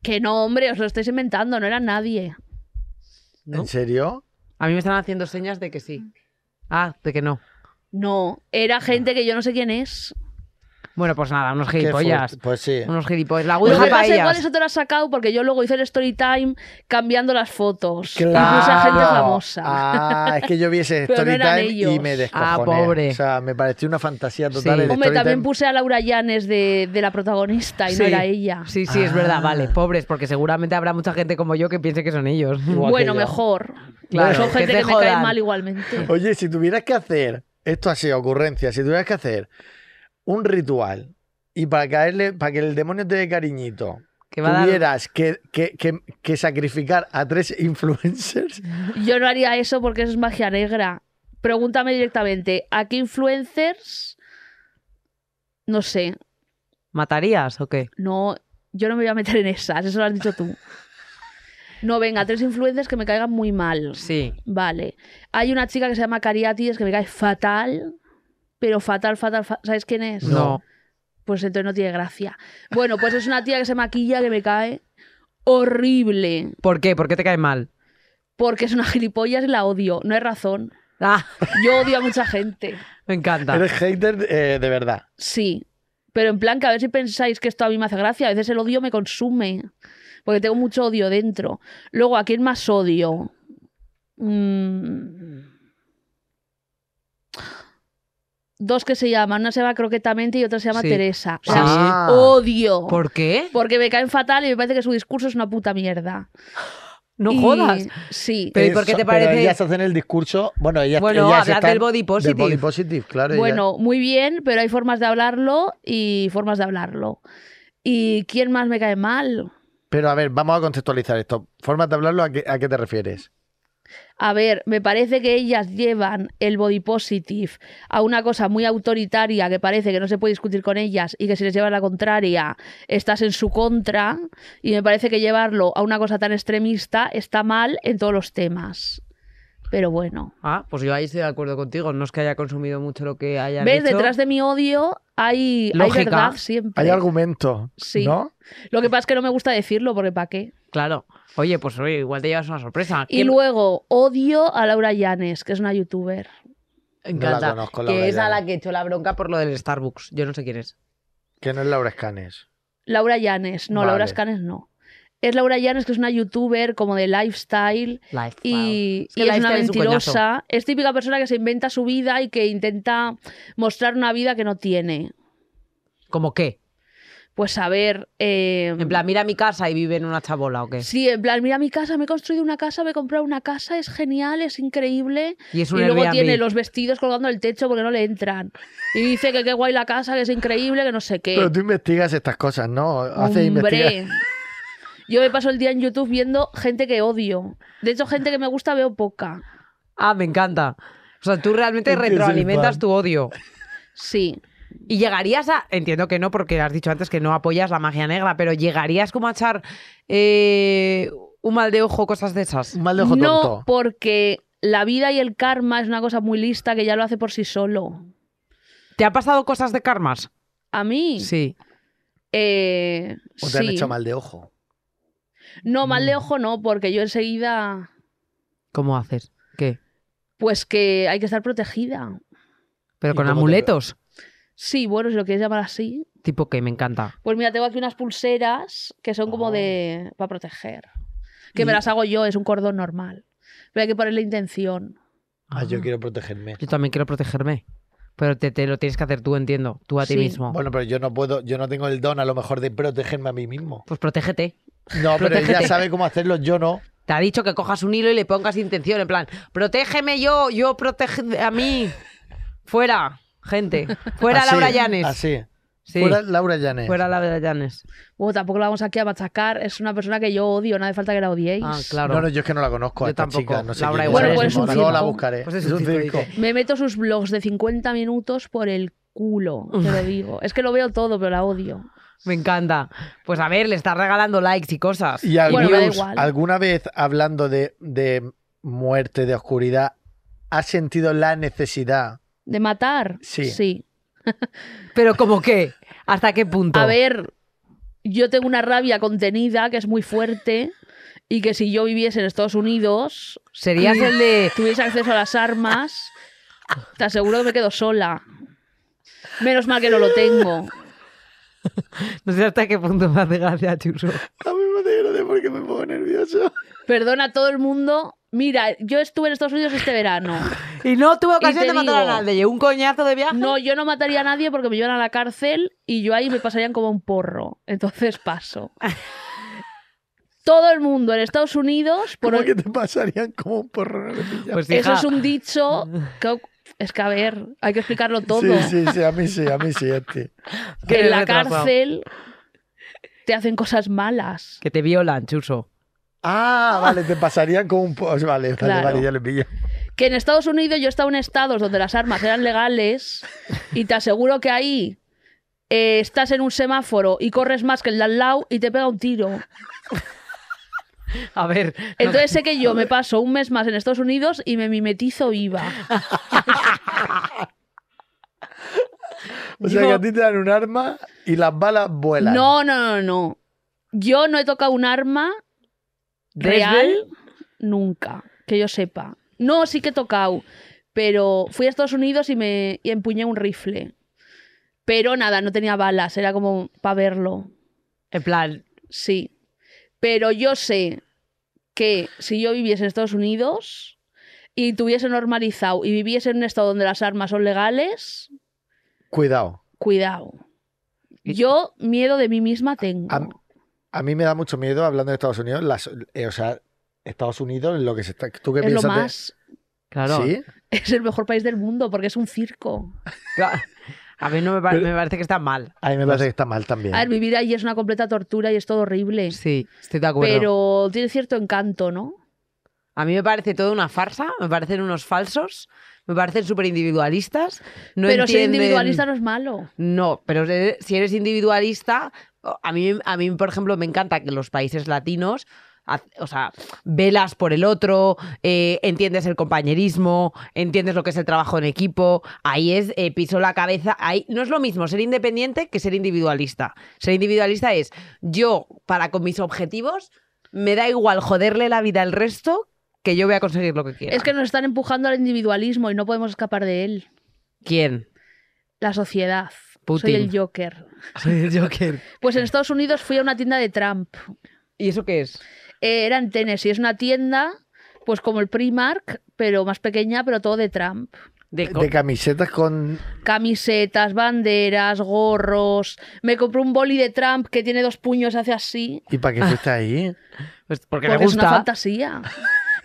F: Que no, hombre, os lo estáis inventando, no era nadie.
C: ¿no?
B: ¿En serio?
C: A mí me están haciendo señas de que sí. Ah, de que no.
F: No, era gente que yo no sé quién es.
C: Bueno, pues nada, unos
B: Qué
C: gilipollas.
B: fuerte. Pues sí.
C: Unos gilipollas. La
F: Lo
C: Ouija
F: que
C: para
F: pasa igual
C: ellas.
F: eso te lo has sacado porque yo luego hice el story time cambiando las fotos. Y puse
B: Claro.
F: a gente famosa.
B: Ah, es que yo vi ese
F: Pero no eran
B: Storytime y
F: ellos.
B: me
F: Ah,
B: descojoné.
C: pobre.
B: O sea, me pareció una fantasía total
C: Sí.
B: el
F: Hombre,
B: Storytime.
F: también puse a Laura Llanes de, de la protagonista y
C: Sí.
F: no era ella.
C: Sí, sí, es verdad,
B: Ah.
C: vale, pobres, porque seguramente habrá mucha gente como yo que piense que son ellos.
B: Igual que
F: Bueno,
B: yo.
F: mejor.
C: Claro,
F: Son
C: que
F: gente
C: te
F: que, me cae
C: jodan.
F: mal igualmente.
B: Oye, si tuvieras que hacer, esto así, ocurrencia, si tuvieras que hacer un ritual y para caerle, para que el demonio te dé cariñito,
C: Que va a dar-
B: tuvieras que, que- que- que sacrificar a tres influencers,
F: Yo no haría eso porque eso es magia negra. Pregúntame directamente, ¿a qué influencers? No sé,
C: ¿Matarías o qué?
F: no, yo no me voy a meter en esas, eso lo has dicho tú. No, venga, tres influencers que me caigan muy mal.
C: Sí.
F: Vale. Hay una chica que se llama Cariatides que me cae fatal, pero fatal, fatal, fa- ¿sabes quién es?
C: No.
F: Pues entonces no tiene gracia. Bueno, pues es una tía que se maquilla que me cae horrible,
C: ¿Por qué? ¿Por qué te cae mal?
F: porque es una gilipollas y la odio, no hay razón.
C: Ah,
F: Yo odio a mucha gente.
C: me encanta.
B: eres hater eh, de verdad.
F: Sí, pero en plan que a ver si pensáis que esto a mí me hace gracia. A veces el odio me consume, porque tengo mucho odio dentro. Luego, ¿a quién más odio? Mm. Dos que se llaman, una se llama Croquetamente y otra se llama
C: Sí.
F: Teresa.
C: Sí.
F: Las
B: Ah.
C: uh,
F: odio.
C: ¿Por qué?
F: Porque me caen fatal y me parece que su discurso es una puta mierda.
C: No
F: Y-
C: jodas.
F: Sí.
C: Pero ¿y por qué
B: Eso-
C: te
B: Pero
C: parece-
B: ellas hacen el discurso, bueno, ellas,
C: Bueno,
B: ellas
C: hablad
B: están-
C: del body positive.
B: Del body positive, claro. ellas-
F: Bueno, muy bien, pero hay formas de hablarlo y formas de hablarlo. ¿Y quién más me cae mal?
B: Pero a ver, vamos a contextualizar esto. Formas de hablarlo, ¿a qué, a qué te refieres?
F: A ver, me parece que ellas llevan el body positive a una cosa muy autoritaria que parece que no se puede discutir con ellas y que si les llevas la contraria estás en su contra y me parece que llevarlo a una cosa tan extremista está mal en todos los temas. Pero bueno,
C: Ah, pues yo ahí estoy de acuerdo contigo. No es que haya consumido mucho lo que haya
F: ¿ves? Detrás de mi odio hay, hay
C: Lógica.
F: verdad siempre.
C: Eh,
B: Hay argumento,
F: Sí.
B: ¿no?
F: Lo que pasa es que no me gusta decirlo porque ¿para qué?
C: Claro. Oye, pues oye, igual te llevas una sorpresa.
F: Y
C: ¿Quién-
F: luego odio a Laura Llanes, que es una youtuber.
C: Me encanta.
B: No la conozco, Laura
C: que es a
B: Llanes.
C: la que echó la bronca por lo del Starbucks. Yo no sé quién es.
B: Que no es Laura Escanes.
F: Laura Llanes, no, Laura
B: Vale.
F: Escanes no. Es Laura Llanes, que es una youtuber como de lifestyle y,
C: Es que
F: y es una
C: lifestyle es un
F: mentirosa. Es, típica persona que se inventa su vida y que intenta mostrar una vida que no tiene.
C: ¿Cómo qué?
F: Pues a ver. eh,
C: En plan, mira mi casa y vive en una chabola o qué.
F: Sí, en plan, mira mi casa, me he construido una casa, me he comprado una casa, es genial, es increíble.
C: Y es un
F: Y luego
C: Airbnb.
F: tiene los vestidos colgando del techo porque no le entran. Y dice que qué guay la casa, que es increíble, que no sé qué.
C: Eh,
B: Pero tú investigas estas cosas, ¿no? Haces investigación.
F: Hombre. Yo me paso el día en YouTube viendo gente que odio. De hecho, gente que me gusta veo poca.
C: Ah, me encanta. O sea, tú realmente
B: Es que es el
C: retroalimentas
B: pan.
C: tu odio.
F: Sí.
C: Y llegarías a. Entiendo que no, porque has dicho antes que no apoyas la magia negra, pero llegarías como a echar eh, un mal de ojo, cosas de esas.
B: Un mal de ojo
F: No,
B: tonto.
F: porque la vida y el karma es una cosa muy lista que ya lo hace por sí solo.
C: ¿Te ha pasado cosas de karmas?
F: A mí,
C: Sí.
F: eh,
B: O te han
F: sí.
B: hecho mal Mm. de ojo.
F: No, mal de ojo no, porque yo enseguida,
C: ¿Cómo haces? ¿Qué?
F: pues que hay que estar protegida.
C: ¿Pero
B: ¿Y
C: con
B: cómo te-
C: amuletos?
F: Sí, bueno, si lo quieres llamar así.
C: Tipo que me encanta.
F: Pues mira, tengo aquí unas pulseras que son como de...
B: Oh.
F: para proteger. Que me las hago yo, es un cordón normal. Pero hay que ponerle intención.
B: Ah, yo
C: Ah.
B: quiero protegerme.
C: Yo también quiero protegerme. Pero te, te lo tienes que hacer tú, entiendo. Tú a ti
F: Sí.
C: mismo.
B: Bueno, pero yo no puedo, yo no tengo el don a lo mejor de protegerme a mí mismo.
C: Pues protégete.
B: No, pero ella
C: Protégete.
B: sabe cómo hacerlo, yo no.
C: Te ha dicho que cojas un hilo y le pongas intención, en plan, protégeme yo, yo protege a mí. Fuera, gente. Fuera
B: Así,
C: Laura Llanes.
B: Así.
C: Sí,
B: Fuera
C: Fuera,
B: Laura Llanes.
C: Laura Llanes.
F: Bueno, tampoco la vamos aquí a machacar. Es una persona que yo odio, no hace falta que la odiéis.
C: Ah, claro.
B: No, no, yo es que no la conozco a
C: Yo
B: esta
C: tampoco.
B: chica. No sé
C: Laura
B: quién
F: igual
B: es.
F: Bueno, es un
B: Luego la
F: circo.
B: buscaré.
C: Pues es
B: es
C: un
B: un
C: circo,
B: circo.
C: dice.
F: Me meto sus blogs de 50 minutos por el culo, te lo digo. Es que lo veo todo, pero la odio.
C: Me encanta. Pues a ver, le estás regalando likes y cosas.
B: Y
F: Bueno, me da
B: Albius,
F: igual.
B: alguna vez hablando de, de muerte, de oscuridad, ¿has sentido la necesidad?
F: ¿De matar?
B: Sí.
C: Pero como qué? ¿Hasta qué punto?
F: A ver, yo tengo una rabia contenida que es muy fuerte y que si yo viviese en Estados Unidos,
C: Serías el de.
F: tuviese acceso a las armas, te aseguro que me quedo sola. Menos mal que no lo tengo.
C: No sé hasta qué punto me hace gracia, Chuso.
B: A mí me hace gracia porque me pongo nervioso.
F: Perdona a todo el mundo. Mira, yo estuve en Estados Unidos este verano.
C: Y no tuvo
F: Y
C: ocasión
F: te
C: de matar
F: digo-
C: a nadie. Un coñazo de viaje.
F: No, yo no mataría a nadie porque me llevan a la cárcel y yo ahí me pasarían como un porro. Entonces paso. Todo el mundo en Estados Unidos, por
B: ¿Cómo que te pasarían como un porro en el pijama?
C: Pues
F: eso
C: hija,
F: es un dicho que es que a ver, hay que explicarlo todo.
B: Sí, sí, sí, a mí sí, a mí sí, a ti.
C: que
F: en
C: eres
F: la
C: retrasado.
F: cárcel te hacen cosas malas.
C: Que te violan, Chuso.
B: Ah, vale, te pasarían como un porro. Vale, vale,
F: Claro.
B: vale, ya le pillo.
F: Que en Estados Unidos yo he estado en estados donde las armas eran legales y te aseguro que ahí eh, estás en un semáforo y corres más que el de al lado y te pega un tiro.
C: A ver.
F: Entonces sé que yo me paso un mes más en Estados Unidos y me mimetizo viva.
B: O sea
C: Yo-
B: que a ti te dan un arma y las balas vuelan.
F: No, no, no, no. Yo no he tocado un arma
C: ¿Desde?
F: real nunca, que yo sepa. No, sí que he tocado, pero fui a Estados Unidos y me y empuñé un rifle. Pero nada, no tenía balas, era como para verlo.
C: En plan,
F: Sí. Pero yo sé que si yo viviese en Estados Unidos y tuviese normalizado y viviese en un estado donde las armas son legales,
B: Cuidado.
F: cuidado. Yo miedo de mí misma tengo.
B: A, a mí me da mucho miedo, hablando de Estados Unidos, las, eh, o sea, Estados Unidos, lo que se está... ¿Tú qué
F: es lo
B: piensas de-
F: más.
C: claro.
B: ¿Sí?
F: Es el mejor país del mundo porque es un circo.
C: Ca- A mí no me, pare-
B: Pero-
C: me parece que está mal.
B: A mí me parece que está mal también.
F: A ver, vivir ahí es una completa tortura y es todo horrible.
C: Sí, estoy de acuerdo.
F: Pero tiene cierto encanto, ¿no?
C: A mí me parece toda una farsa, me parecen unos falsos, me parecen súper individualistas. No
F: pero ser
C: entienden-
F: individualista no es malo.
C: No, pero se- si eres individualista, o- a mí, a mí, por ejemplo, me encanta que los países latinos, haz- o sea, velas por el otro, eh, entiendes el compañerismo, entiendes lo que es el trabajo en equipo, ahí es eh, piso la cabeza, ahí no es lo mismo ser independiente que ser individualista. Ser individualista es yo, para con mis objetivos, me da igual joderle la vida al resto que yo voy a conseguir lo que quiero.
F: Es que nos están empujando al individualismo y no podemos escapar de él.
C: ¿Quién?
F: La sociedad. Soy
C: Putin.
F: el Joker.
C: Soy el Joker.
F: Pues en Estados Unidos fui a una tienda de Trump.
C: ¿Y eso qué es?
F: Eh, era en Tennessee. Es una tienda, pues como el Primark, pero más pequeña, pero todo de Trump.
C: De, co-
B: De camisetas con...
F: Camisetas, banderas, gorros. Me compré un boli de Trump que tiene dos puños, hace así.
B: ¿Y para qué fuiste ahí?
C: pues porque, me
F: Porque es
C: gusta.
F: una fantasía.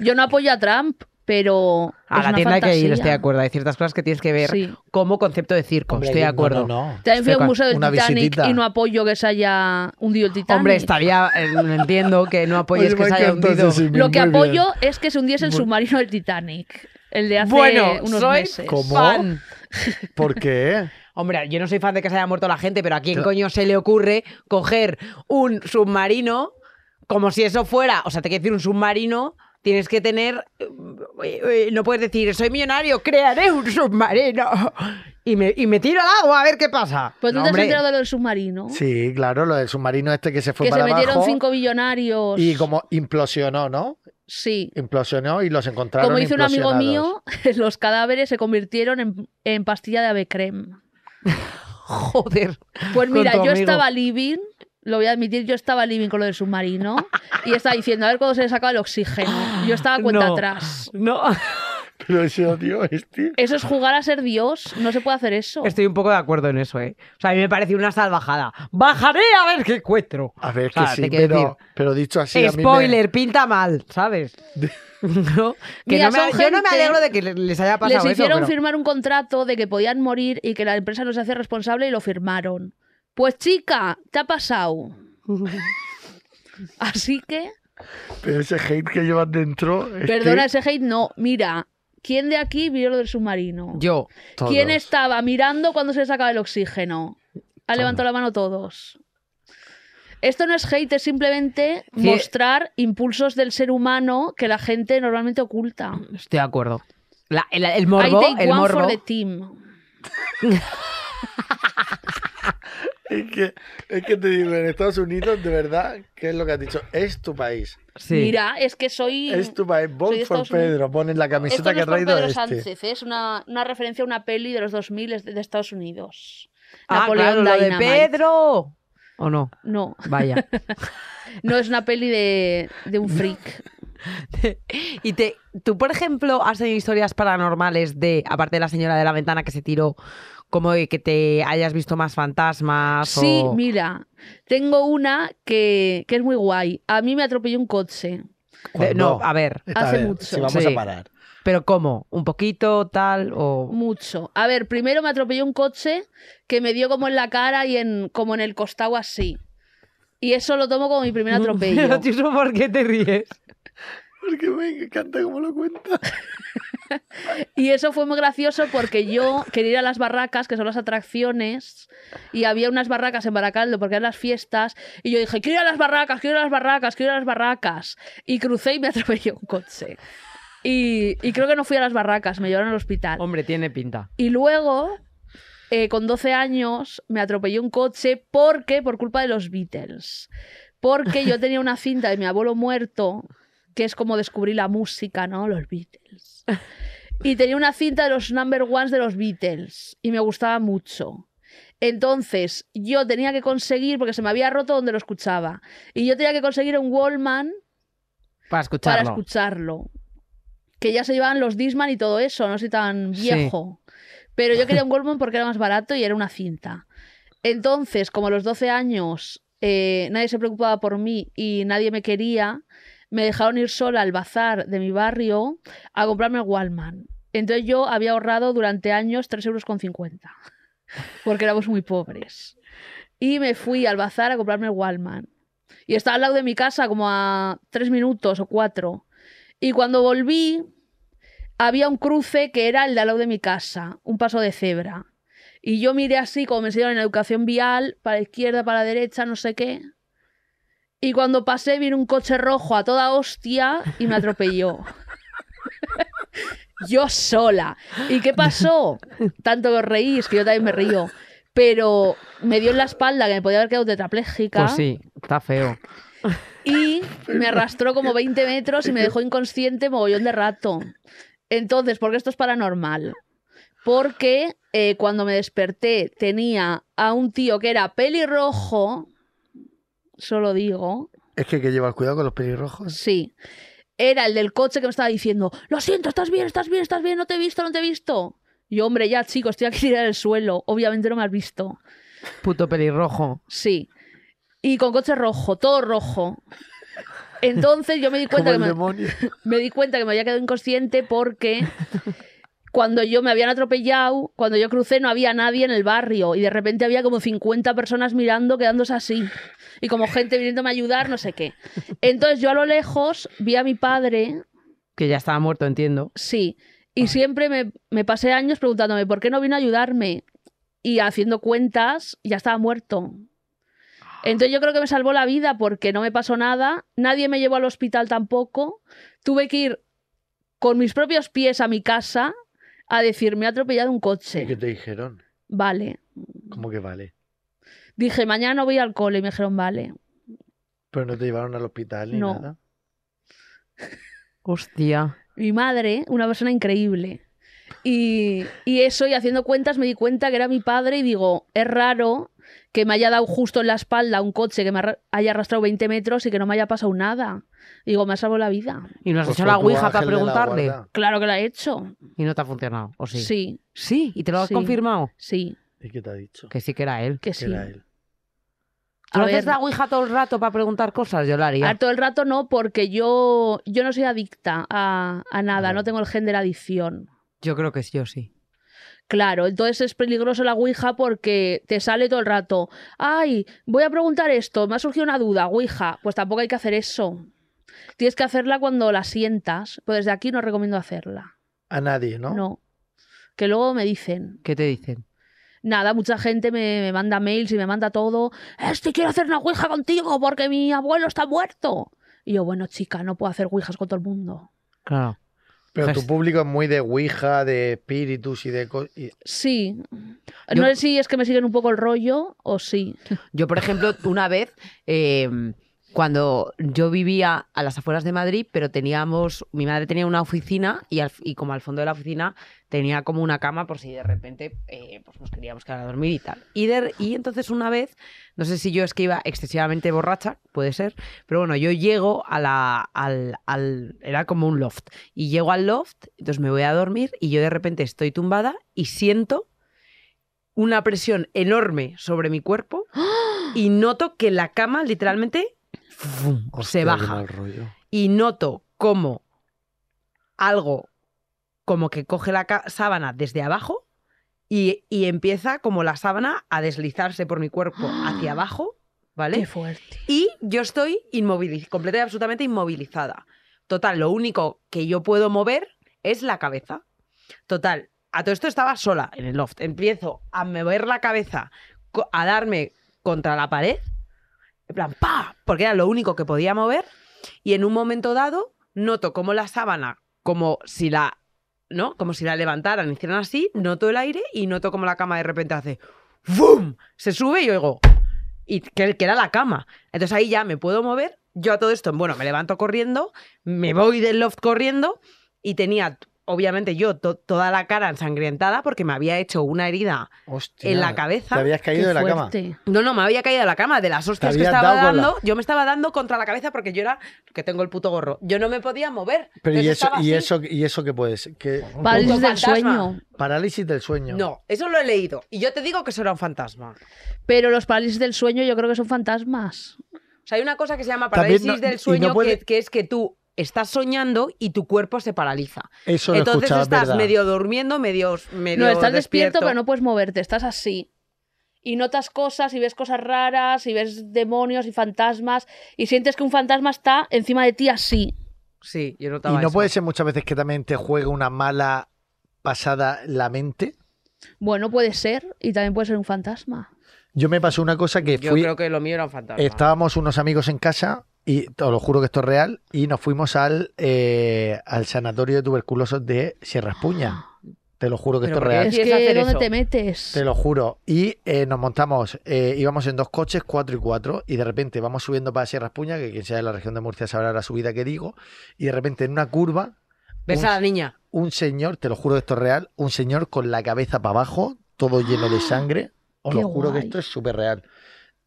F: Yo no apoyo a Trump, pero.
C: A
F: es
C: la
F: una
C: tienda hay que ir,
F: fantasía.
C: estoy de acuerdo. Hay ciertas cosas que tienes que ver
F: Sí.
C: como concepto de circo,
B: Hombre,
C: estoy de
B: no,
C: acuerdo.
B: No, no.
F: También fui a
C: Estoy
F: un
C: de
F: museo del
B: Una
F: Titanic
B: visitita.
F: y no apoyo que se haya hundido el Titanic.
C: Hombre, estaría, eh, entiendo que no
F: Pues
C: apoyes
B: Oye,
C: Pues que
B: me
C: se haya
B: encanta
C: hundido.
B: ese símil,
F: Lo que
B: muy bien.
F: apoyo es que se hundiese el submarino del Titanic. El de hace
C: Bueno,
F: unos
C: soy
F: meses.
B: ¿Cómo?
C: fan.
B: ¿Por qué?
C: Hombre, yo no soy fan de que se haya muerto la gente, pero ¿a quién coño se le ocurre coger un submarino como si eso fuera? O sea, te quiero decir, un submarino tienes que tener... eh, eh, No puedes decir, soy millonario, crearé un submarino y me, y me tiro al agua a ver qué pasa.
F: Pues tú
C: No,
F: te has
C: hombre.
F: enterado de lo del submarino.
B: Sí, claro, lo del submarino este que se fue
F: que se
B: para
F: metieron
B: abajo
F: cinco billonarios.
B: y como implosionó, ¿no?
F: Sí.
B: Implosionó y los encontraron
F: Como dice un amigo
B: implosionados.
F: mío, los cadáveres se convirtieron en, en pastilla de avecrem.
C: Joder.
F: Pues
C: con
F: mira,
C: tu
F: yo
C: amigo.
F: estaba living, lo voy a admitir, yo estaba living con lo del submarino y estaba diciendo, a ver cuándo se le sacaba el oxígeno. Yo estaba cuenta
C: No.
F: atrás.
C: No.
B: Pero ese odio, este...
F: Eso es jugar a ser Dios, no se puede hacer eso.
C: Estoy un poco de acuerdo en eso, ¿eh? O sea, a mí me parece una salvajada. Bajaré a ver qué encuentro.
B: A ver, que
C: Claro,
B: sí,
C: Ah, te quiero
B: pero, pero dicho así, a mí me-
C: Spoiler, pinta mal, ¿sabes? No, que
F: Mira,
C: no me-
F: son
C: yo no me
F: gente-
C: alegro de que le- les haya pasado
F: Les hicieron
C: eso. pero-
F: firmar un contrato de que podían morir y que la empresa no se hacía responsable y lo firmaron. Pues chica, te ha pasado. Así que,
B: Pero ese hate que llevan dentro... es que
F: perdona ese hate, no. Mira, ¿quién de aquí vio lo del submarino?
C: Yo,
B: todos.
F: ¿Quién estaba mirando cuando se le sacaba el oxígeno? Ha levantado la mano todos. Esto no es hate, es simplemente
C: Sí.
F: mostrar impulsos del ser humano que la gente normalmente oculta.
C: estoy de acuerdo. La- el, el
F: I
C: morbo,
F: take
C: el
F: one for
C: morbo.
F: the team.
B: Es que, es que te digo, en Estados Unidos, de verdad, ¿qué es lo que has dicho? Es tu país.
C: Sí.
F: Mira, es que soy.
B: Es tu país.
F: soy
B: Vote
F: de
B: for
F: Estados Unidos.
B: Pedro. Ponen la
F: Esto
B: camiseta
F: no
B: que ha
F: es por
B: traído
F: Pedro
B: este.
F: Sánchez, ¿eh? es una, una referencia a una peli de los 2000 es de, de Estados Unidos.
C: Ah, claro,
F: Napoleón
C: lo de
F: Dynamite.
C: Pedro. ¿O no?
F: No,
C: Vaya.
F: no es una peli de, de un freak.
C: y te, tú, por ejemplo, has tenido historias paranormales de, aparte de la señora de la ventana que se tiró, como de que te hayas visto más fantasmas
F: Sí,
C: o...
F: mira, tengo una que, que es muy guay. A mí me atropelló un coche.
C: de- no, a ver,
F: hace
B: ver,
F: mucho.
B: Si vamos
C: Sí.
B: a parar.
C: pero ¿cómo? ¿Un poquito, tal, o...?
F: Mucho. A ver, primero me atropelló un coche que me dio como en la cara y en como en el costado así. Y eso lo tomo como mi primer atropello.
C: Pero, Chuso, ¿por qué te ríes?
B: Porque me encanta cómo lo cuenta.
F: Y eso fue muy gracioso porque yo quería ir a las barracas, que son las atracciones, y había unas barracas en Baracaldo porque eran las fiestas, y yo dije, quiero ir a las barracas, quiero ir a las barracas, quiero ir a las barracas. Y crucé y me atropelló un coche. Y, y creo que no fui a las barracas, me llevaron al hospital.
C: Hombre, tiene pinta.
F: Y luego, eh, con 12 años, me atropelló un coche porque, por culpa de los Beatles. Porque yo tenía una cinta de mi abuelo muerto, que es como descubrí la música, ¿no? Los Beatles. Y tenía una cinta de los number ones de los Beatles. Y me gustaba mucho. Entonces, yo tenía que conseguir, porque se me había roto donde lo escuchaba. Y yo tenía que conseguir un Wallman
C: Para
F: para
C: escucharlo.
F: escucharlo. Que ya se llevaban los Disman y todo eso, no soy tan
C: Sí.
F: viejo. Pero yo quería un Goldman porque era más barato y era una cinta. Entonces, como a los 12 años eh, nadie se preocupaba por mí y nadie me quería, me dejaron ir sola al bazar de mi barrio a comprarme el Wallman. Entonces yo había ahorrado durante años 3,50 euros porque éramos muy pobres. Y me fui al bazar a comprarme el Wallman. Y estaba al lado de mi casa, como a tres minutos o cuatro. Y cuando volví, había un cruce que era el de al lado de mi casa, un paso de cebra. Y yo miré así, como me enseñaron en educación vial, para la izquierda, para la derecha, no sé qué. Y cuando pasé, vino un coche rojo a toda hostia y me atropelló. yo sola. ¿Y qué pasó? Tanto que os reís, que yo también me río. Pero me dio en la espalda, que me podía haber quedado tetrapléjica.
C: Pues sí, está feo.
F: Y me arrastró como 20 metros y me dejó inconsciente mogollón de rato. Entonces, ¿por qué esto es paranormal? Porque eh, cuando me desperté tenía a un tío que era pelirrojo, solo digo,
B: Es que hay que llevar cuidado con los pelirrojos.
F: sí, era el del coche que me estaba diciendo, lo siento, estás bien, estás bien, estás bien, no te he visto, no te he visto. Y yo, hombre, ya chico, estoy aquí tirada en el suelo, obviamente no me has visto.
C: Puto pelirrojo.
F: Sí. Y con coche rojo, todo rojo. Entonces yo me di
B: Como
F: cuenta que
B: el
F: me,
B: demonio.
F: me di cuenta que me había quedado inconsciente porque cuando yo me habían atropellado, cuando yo crucé no había nadie en el barrio y de repente había como 50 personas mirando, quedándose así y como gente viniéndome a ayudar, no sé qué. Entonces yo a lo lejos vi a mi padre,
C: Que ya estaba muerto, entiendo.
F: sí, y siempre me, me pasé años preguntándome por qué no vino a ayudarme y haciendo cuentas ya estaba muerto.
B: Ah.
F: Entonces yo creo que me salvó la vida porque no me pasó nada, nadie me llevó al hospital tampoco, tuve que ir con mis propios pies a mi casa a decir, me ha atropellado un
B: ¿Y qué
F: coche.
B: te dijeron?
F: Vale.
B: ¿Cómo que vale?
F: Dije, mañana voy al cole y me dijeron, vale.
B: Pero no te llevaron al hospital ni
F: No.
B: nada.
C: Hostia.
F: Mi madre, una persona increíble. Y, y eso, y haciendo cuentas, me di cuenta que era mi padre y digo, es raro que me haya dado justo en la espalda un coche que me arra- haya arrastrado 20 metros y que no me haya pasado nada. Digo, me ha salvado la vida.
C: ¿Y no has
B: Pues
C: hecho
B: fue
C: la
B: tu
C: ouija para
B: ángel de la
C: preguntarle?
B: guarda.
F: Claro que la he hecho.
C: Y no te ha funcionado, ¿o sí?
F: Sí,
C: Sí, y te lo has
F: Sí.
C: confirmado.
F: sí,
B: ¿Y qué te ha dicho?
C: Que sí que era él.
F: que
B: Que
F: sí.
B: era él.
C: ¿Tú
F: A
C: haces
F: ver.
C: la ouija todo el rato para preguntar cosas? Yo lo haría.
F: A todo el rato no, porque yo, yo no soy adicta a, a nada, no tengo el gen de la adicción.
C: Yo creo que sí, yo sí.
F: Claro, entonces es peligroso la Ouija porque te sale todo el rato. Ay, voy a preguntar esto, me ha surgido una duda, Ouija. Pues tampoco hay que hacer eso. Tienes que hacerla cuando la sientas. Pues desde aquí no recomiendo hacerla.
B: A nadie, ¿no?
F: No. Que luego me dicen.
C: ¿Qué te dicen?
F: Nada, mucha gente me, me manda mails y me manda todo. Este quiero hacer una Ouija contigo porque mi abuelo está muerto. Y yo, bueno, chica, no puedo hacer Ouijas con todo el mundo.
C: Claro.
B: Pero tu público es muy de Ouija, de espíritus y de cosas.
F: Sí.
C: Yo-
F: No sé si es que me siguen un poco el rollo o sí.
C: Yo, por ejemplo, una vez, eh, cuando yo vivía a las afueras de Madrid, pero teníamos, mi madre tenía una oficina y, al- y como al fondo de la oficina tenía como una cama por si de repente eh, pues nos queríamos quedar a dormir y tal. Y, de- y entonces una vez, no sé si yo es que iba excesivamente borracha, puede ser, pero bueno, yo llego a la, al, al- era como un loft, y llego al loft, entonces me voy a dormir y yo de repente estoy tumbada y siento una presión enorme sobre mi cuerpo y noto que la cama literalmente ¡fum! se baja. Y noto como algo como que coge la ca- sábana desde abajo y, y empieza como la sábana a deslizarse por mi cuerpo hacia abajo, ¿vale?
F: Qué fuerte.
C: Y yo estoy inmovili- completa y absolutamente inmovilizada. Total, lo único que yo puedo mover es la cabeza. Total, a todo esto estaba sola en el loft. Empiezo a mover la cabeza, co- a darme contra la pared. En plan, ¡pa! Porque era lo único que podía mover. Y en un momento dado, noto como la sábana, como si la. ¿No? Como si la levantaran, hicieran así, noto el aire y noto como la cama de repente hace. ¡Bum! Se sube y yo digo. Y que, que era la cama. Entonces ahí ya me puedo mover. Yo a todo esto, bueno, me levanto corriendo, me voy del loft corriendo y tenía, obviamente, yo to- toda la cara ensangrentada porque me había hecho una herida
B: Hostia.
C: en la cabeza.
B: Te habías caído
F: Qué
B: de la cama.
F: fuerte.
C: No, no, me había caído de la cama, de las hostias
B: Te
C: que
B: habías
C: estaba
B: dado con la-
C: dando. Yo me estaba dando contra la cabeza porque yo era que tengo el puto gorro. Yo no me podía mover.
B: Pero ¿y
C: Entonces
B: eso,
C: estaba
B: ¿y,
C: así.
B: eso, ¿y eso qué puede ser? ¿Qué-
F: Parálisis del
C: fantasma.
F: sueño.
B: Parálisis del sueño.
C: No, eso lo he leído. Y yo te digo que eso era un fantasma.
F: Pero los parálisis del sueño yo creo que son fantasmas.
C: O sea, hay una cosa que se llama
B: También
C: parálisis
B: no- y
C: del
B: no
C: sueño
B: puede-
C: que, que es que tú estás soñando y tu cuerpo se paraliza.
B: Eso lo
C: Entonces
B: escuchaba,
C: estás
B: verdad.
C: medio durmiendo, medio, medio
F: No, estás despierto, pero no puedes moverte, estás así. Y notas cosas y ves cosas raras y ves demonios y fantasmas y sientes que un fantasma está encima de ti así.
C: Sí, yo
B: Y
C: notaba
B: no
C: eso.
B: puede ser muchas veces que también te juega una mala pasada la mente.
F: Bueno, puede ser y también puede ser un fantasma.
B: Yo me pasó una cosa que
C: Yo
B: fui.
C: creo que lo mío era un fantasma.
B: Estábamos unos amigos en casa, y te lo juro que esto es real, y nos fuimos al, eh, al sanatorio de tuberculosos de Sierra Espuña. Te lo juro que
C: Pero
B: esto es
C: ¿por qué
B: real.
F: Es
C: Decides
F: que
C: hacer
F: ¿dónde
C: eso.
F: te metes?
B: Te lo juro. Y eh, nos montamos, eh, íbamos en dos coches, cuatro y cuatro, y de repente vamos subiendo para Sierra Espuña, que quien sea de la región de Murcia sabrá la subida que digo, y de repente en una curva
C: ¿Ves a la niña?
B: un señor, te lo juro que esto es real, un señor con la cabeza para abajo, todo lleno de sangre. Os
F: Oh, ¡Qué
B: lo juro que
F: guay!
B: esto es súper real.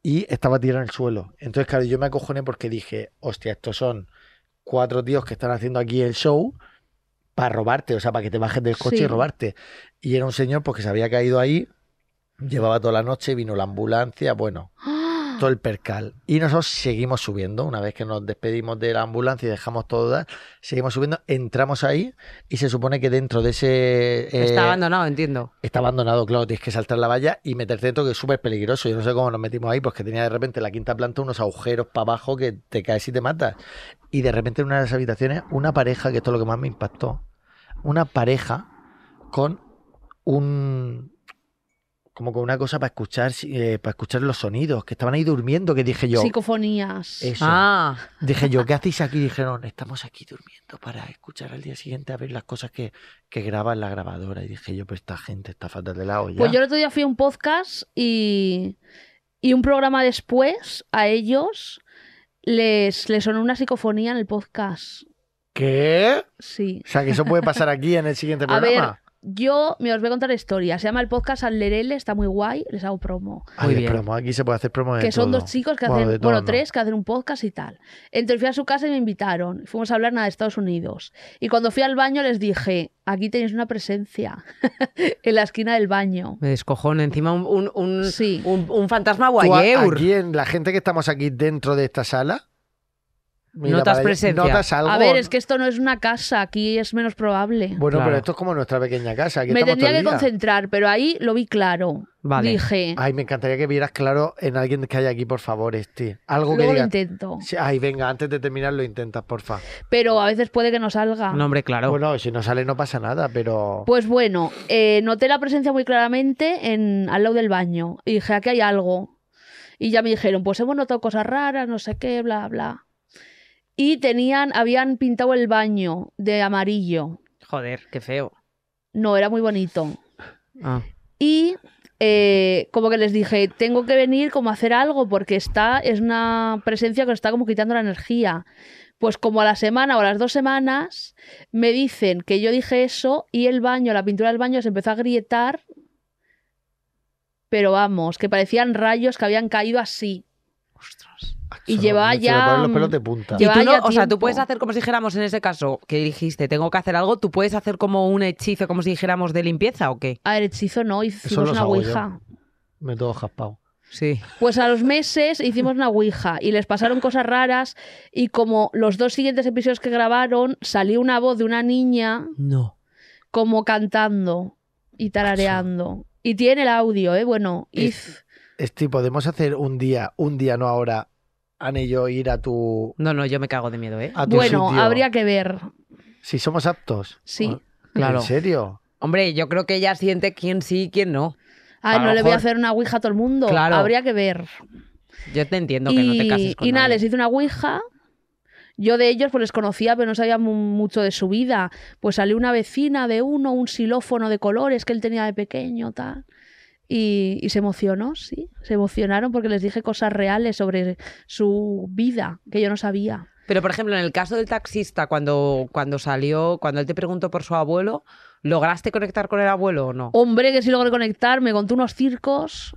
B: Y estaba tirado en el suelo. Entonces, claro, yo me acojoné porque dije, hostia, estos son cuatro tíos que están haciendo aquí el show para robarte, o sea, para que te bajes del coche
F: Sí.
B: y robarte. Y era un señor porque se había caído ahí, llevaba toda la noche, vino la ambulancia, bueno,
F: ¡Ah!
B: todo el percal. Y nosotros seguimos subiendo. Una vez que nos despedimos de la ambulancia y dejamos todo, dar, seguimos subiendo, entramos ahí y se supone que dentro de ese. eh,
C: Está abandonado, entiendo.
B: está abandonado, claro, tienes que saltar la valla y meterte dentro, que es súper peligroso. Yo no sé cómo nos metimos ahí, porque tenía de repente en la quinta planta unos agujeros para abajo que te caes y te matas. Y de repente en una de las habitaciones, una pareja, que esto es lo que más me impactó, una pareja con un como con una cosa para escuchar eh, para escuchar los sonidos que estaban ahí durmiendo que dije yo
F: Psicofonías.
B: eso.
C: Ah,
B: Dije yo, ¿qué hacéis aquí? Dijeron, estamos aquí durmiendo para escuchar al día siguiente a ver las cosas que, que graba la grabadora. Y dije yo, pero esta gente está fatal de la olla.
F: Pues yo el otro día fui a un podcast y, y un programa después a ellos les, les sonó una psicofonía en el podcast.
B: ¿Qué?
F: Sí.
B: O sea, que eso puede pasar aquí en el siguiente
F: A ver,
B: este programa.
F: yo me os voy a contar la historia. Se llama el podcast Al Lerele, está muy guay, les hago promo.
B: Ay,
C: muy
B: el
C: bien.
B: promo, aquí se puede hacer promo de
F: que son
B: todo.
F: dos chicos que
B: Bueno,
F: hacen,
B: de todo
F: bueno,
B: no.
F: tres que hacen un podcast y tal. Entonces fui a su casa y me invitaron. Fuimos a hablar nada de Estados Unidos. Y cuando fui al baño les dije, aquí tenéis una presencia en la esquina del baño.
C: me descojone. Encima un, un, un,
F: Sí.
C: un, un fantasma
B: Tú, a-
C: guayeur.
B: aquí en la gente que estamos aquí dentro de esta sala. mira
C: Notas
B: para allá,
C: presencia.
B: Notas algo.
F: A ver, es que esto no es una casa, aquí es menos probable.
B: Bueno,
C: Claro.
B: pero esto es como nuestra pequeña casa. Aquí
F: Me
B: estamos
F: tendría
B: todo
F: que
B: el día.
F: concentrar, pero ahí lo vi claro.
C: Vale.
F: Dije,
B: Ay, me encantaría que vieras claro en alguien que hay aquí, por favor, este. Algo que
F: luego lo
B: digas.
F: intento.
B: Sí, Ay, venga, antes de terminar lo intentas, porfa.
F: Pero a veces puede que no salga.
C: No, hombre, claro.
B: Bueno, si no sale no pasa nada, pero...
F: Pues bueno, eh, noté la presencia muy claramente en, al lado del baño. Y dije, aquí hay algo. Y ya me dijeron, pues hemos notado cosas raras, no sé qué, bla, bla. Y tenían, habían pintado el baño de amarillo.
C: Joder, qué feo.
F: No, era muy bonito.
C: Ah.
F: Y eh, como que les dije, tengo que venir como a hacer algo porque está, es una presencia que nos está como quitando la energía. Pues como a la semana o a las dos semanas me dicen que yo dije eso y el baño, la pintura del baño se empezó a grietar, pero vamos, que parecían rayos que habían caído así.
C: Ostras.
F: Y llevaba
B: Se me
F: ya,
B: ponen los
F: mm,
B: pelos de punta.
C: Y
F: Lleva
C: tú no-
F: ya
C: o sea, tú
F: tiempo.
C: puedes hacer como si dijéramos en ese caso que dijiste, tengo que hacer algo, tú puedes hacer como un hechizo, como si dijéramos de limpieza o qué.
F: A ver, hechizo no, hicimos
B: los
F: una
B: hago yo.
F: ouija.
B: Me todo jaspado.
C: Sí.
F: Pues a los meses hicimos una ouija y les pasaron cosas raras y como los dos siguientes episodios que grabaron salió una voz de una niña
C: No.
F: como cantando y tarareando. Y tiene el audio, ¿eh? Bueno,
B: Eh,
F: if...
B: Este, podemos hacer un día, un día, no ahora, Ana y yo ir a tu,
C: No, no, yo me cago de miedo, ¿eh?
B: a tu
F: bueno
B: sitio?
F: habría que ver.
B: Si somos aptos.
F: Sí.
C: Claro.
B: ¿En serio?
C: Hombre, yo creo que ella siente quién sí y quién no. A
F: Ay, Ah, no
C: lo
F: le voy a
C: mejor-
F: hacer una ouija a todo el mundo.
C: Claro.
F: Habría que ver.
C: Yo te entiendo
F: y,
C: que no te cases con
F: y nada,
C: nadie.
F: les hice una ouija. Yo de ellos pues les conocía, pero no sabía mu- mucho de su vida. Pues salió una vecina de uno, un xilófono de colores que él tenía de pequeño, tal. Y, y se emocionó, sí. Se emocionaron porque les dije cosas reales sobre su vida que yo no sabía.
C: Pero, por ejemplo, en el caso del taxista, cuando, cuando salió, cuando él te preguntó por su abuelo, ¿lograste conectar con el abuelo o no?
F: Hombre, que sí logré conectar, me contó unos circos.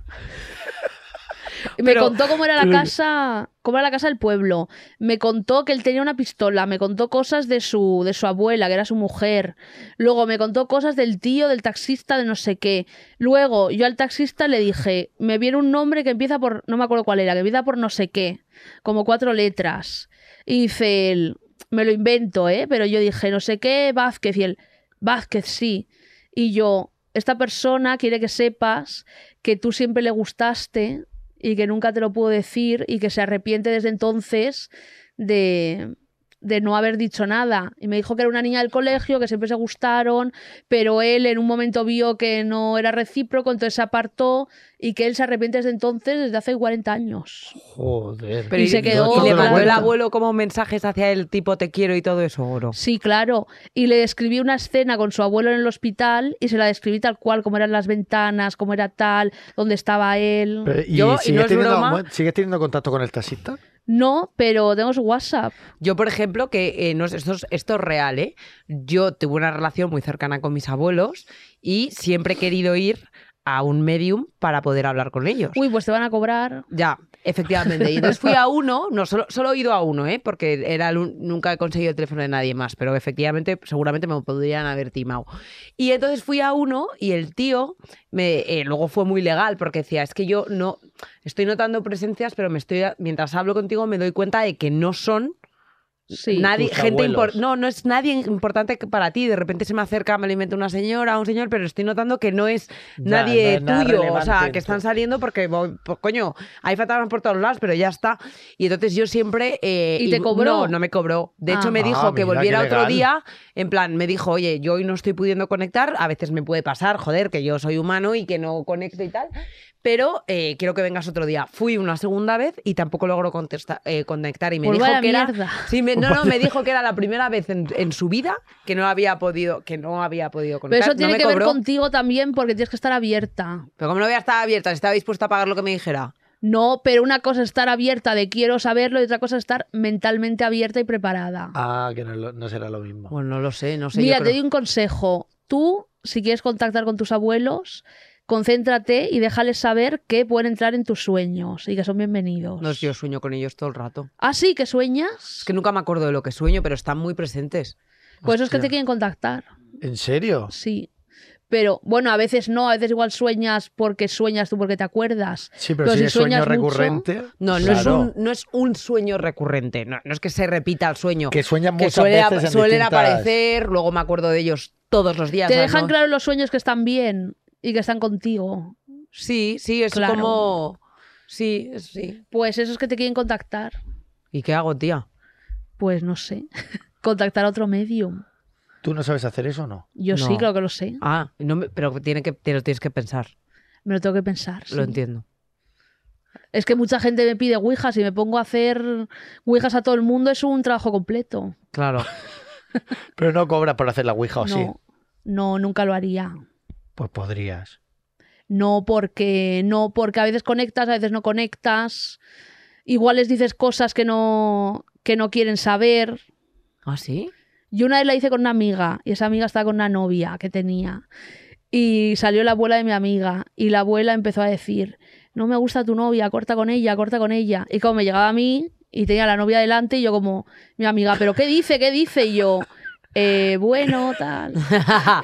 F: Me
C: Pero-
F: contó cómo era la casa, cómo era la casa del pueblo. Me contó que él tenía una pistola, me contó cosas de su, de su abuela, que era su mujer. Luego me contó cosas del tío, del taxista, de no sé qué. Luego yo al taxista le dije, me viene un nombre que empieza por, no me acuerdo cuál era, que empieza por no sé qué, como cuatro letras. Y dice él, me lo invento, ¿eh? Pero yo dije, no sé qué, Vázquez, y él, Vázquez sí. Y yo, esta persona quiere que sepas que tú siempre le gustaste y que nunca te lo pudo decir y que se arrepiente desde entonces de, de no haber dicho nada. Y me dijo que era una niña del colegio, que siempre se gustaron, pero él en un momento vio que no era recíproco, entonces se apartó y que él se arrepiente desde entonces, desde hace 40 años.
B: Joder.
F: Pero y se quedó,
C: ¿Y le
F: claro.
C: mandó el abuelo como mensajes hacia el tipo te quiero y todo eso o no?
F: Sí, claro. Y le describí una escena con su abuelo en el hospital y se la describí tal cual, cómo eran las ventanas, cómo era tal, dónde estaba él.
B: Pero, ¿Y
C: Yo, y
B: sigues,
C: no es
B: teniendo,
C: broma-
B: mu- sigues teniendo contacto con el taxista?
F: No, pero tengo su WhatsApp.
C: Yo, por ejemplo, que eh, no, sé, esto, es, esto es real, ¿eh? Yo tuve una relación muy cercana con mis abuelos y siempre he querido ir a un medium para poder hablar con ellos.
F: Uy, pues te van a cobrar.
C: Ya, efectivamente. Y entonces fui a uno, no, solo, solo he ido a uno, ¿eh? porque era el un- nunca he conseguido el teléfono de nadie más, pero efectivamente seguramente me podrían haber timado. Y entonces fui a uno y el tío me, eh, luego fue muy legal porque decía, es que yo no estoy notando presencias, pero me estoy mientras hablo contigo me doy cuenta de que no son
F: Sí.
C: nadie,
B: Tus
C: gente impor-
B: abuelos.
C: no, no es nadie importante que para ti. De repente se me acerca, me lo inventa una señora, un señor, pero estoy notando que no es
B: Ya,
C: nadie
B: no es nada
C: tuyo. O sea,
B: relevante,
C: que están
B: entonces.
C: saliendo porque, voy- pues, coño, hay fantasmas por todos lados, pero ya está. Y entonces yo siempre. eh,
F: ¿Y te cobró?
C: No, no me cobró. De hecho,
F: Ah.
C: me dijo
B: Ah,
C: que
B: mira,
C: volviera
B: qué
C: otro
B: legal.
C: día. En plan, me dijo, oye, yo hoy no estoy pudiendo conectar. A veces me puede pasar, joder, que yo soy humano y que no conecto y tal. Pero eh, quiero que vengas otro día. Fui una segunda vez y tampoco logro contesta- eh, conectar. Y me
F: Pues
C: dijo
F: vaya
C: que era
F: mierda.
C: Sí, me- no, no, me dijo que era la primera vez en, en su vida que no había podido, que no había podido
F: Pero
C: conectar.
F: eso tiene
C: no me
F: que ver
C: cobró.
F: contigo también porque tienes que estar abierta.
C: Pero como no había estado abierta, estaba dispuesta a pagar lo que me dijera.
F: No, pero una cosa es estar abierta de quiero saberlo y otra cosa es estar mentalmente abierta y preparada.
B: Ah, que no, es lo- no será lo mismo.
C: Bueno, no lo sé, no sé.
F: Mira,
C: pues yo
F: te
C: creo-
F: doy un consejo. Tú, si quieres contactar con tus abuelos, concéntrate y déjales saber que pueden entrar en tus sueños y que son bienvenidos.
C: No, yo sueño con ellos todo el rato.
F: ¿Ah, sí? ¿Que sueñas?
C: Es que nunca me acuerdo de lo que sueño, pero están muy presentes.
F: Pues eso es que
B: Hostia.
F: te quieren contactar.
B: ¿En serio?
F: Sí. Pero bueno, a veces no, a veces igual sueñas porque sueñas tú, porque te acuerdas.
B: Sí, pero,
F: Pero
B: si,
F: si
B: es sueño
F: sueñas mucho-
B: recurrente.
C: No, no,
B: claro.
C: es, un, no es un sueño recurrente. No, no es que se repita el sueño.
B: Que sueñan
C: Que
B: muchas
C: suele,
B: veces en
C: suelen
B: distintas-
C: aparecer, luego me acuerdo de ellos todos los días.
F: Te
C: o sea,
F: dejan
C: no-
F: claro los sueños que están bien y que están contigo.
C: Sí, sí, es
F: Claro.
C: como. Sí, es- sí.
F: Pues esos que te quieren contactar,
C: ¿Y qué hago, tía?
F: pues no sé. Contactar a otro medium.
B: ¿Tú no sabes hacer eso o no?
F: Yo
C: No.
F: sí, claro que lo sé.
C: Ah, no me- pero tiene que, te lo tienes que pensar.
F: Me lo tengo que pensar. sí.
C: Lo entiendo.
F: Es que mucha gente me pide ouijas y me pongo a hacer ouijas a todo el mundo. Es un trabajo completo.
C: Claro.
B: Pero no cobras por hacer la Ouija,
C: Oh,
B: ¿o
F: no,
B: sí?
F: no, nunca lo haría.
B: Pues podrías.
F: No porque, no, porque a veces conectas, a veces no conectas. Igual les dices cosas que no, que no quieren saber.
C: ¿Ah, sí?
F: Yo una vez la hice con una amiga y esa amiga estaba con una novia que tenía. Y salió la abuela de mi amiga y la abuela empezó a decir, no me gusta tu novia, corta con ella, corta con ella. Y como me llegaba a mí y tenía la novia delante y yo como, mi amiga, pero ¿qué dice? ¿Qué dice? Y yo, "Eh, bueno, tal.
C: Ah,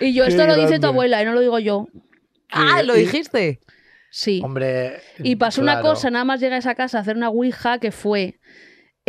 F: Y yo,
B: Qué
F: esto lo dice
B: grande.
F: tu abuela y no lo digo yo.
C: ah, lo
B: Y-
C: dijiste.
F: Sí.
B: Hombre.
F: Y pasó una
B: claro.
F: cosa, nada más llegué a esa casa a hacer una ouija que fue.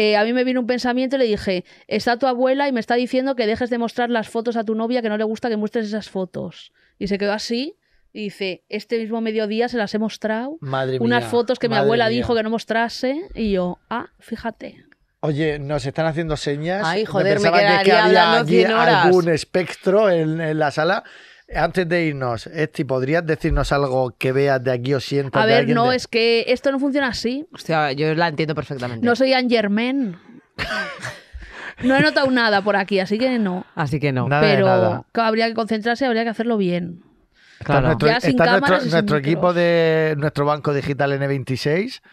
F: eh, a mí me vino un pensamiento y le dije: Está tu abuela y me está diciendo que dejes de mostrar las fotos a tu novia, que no le gusta que muestres esas fotos. Y se quedó así y dice: Este mismo mediodía se las he mostrado.
B: Madre
F: Unas
B: mía,
F: fotos que mi
B: madre
F: abuela
B: mía.
F: dijo que no mostrase. Y yo: Ah, fíjate.
B: Oye, nos están haciendo señas.
C: Ay, joder, me
B: pensaba que- que,
C: quedaría
B: había
C: hablando
B: aquí
C: 100 horas.
B: algún espectro en, en la sala. Antes de irnos, Esti, ¿podrías decirnos algo que veas de aquí o sientas
F: A
B: de
F: ver,
B: alguien
F: no,
B: de-
F: es que esto no funciona así.
C: Hostia, yo la entiendo perfectamente.
F: No soy Anne Germain. No he notado nada por aquí, así que no.
C: Así que no.
B: Nada de
F: pero
B: nada.
F: claro, habría que concentrarse, habría que hacerlo bien.
B: Está
C: claro.
B: nuestro,
F: Ya sin
B: está
F: cámaras
B: nuestro-
F: y sin
B: nuestro equipo
F: micros.
B: de nuestro banco digital N26.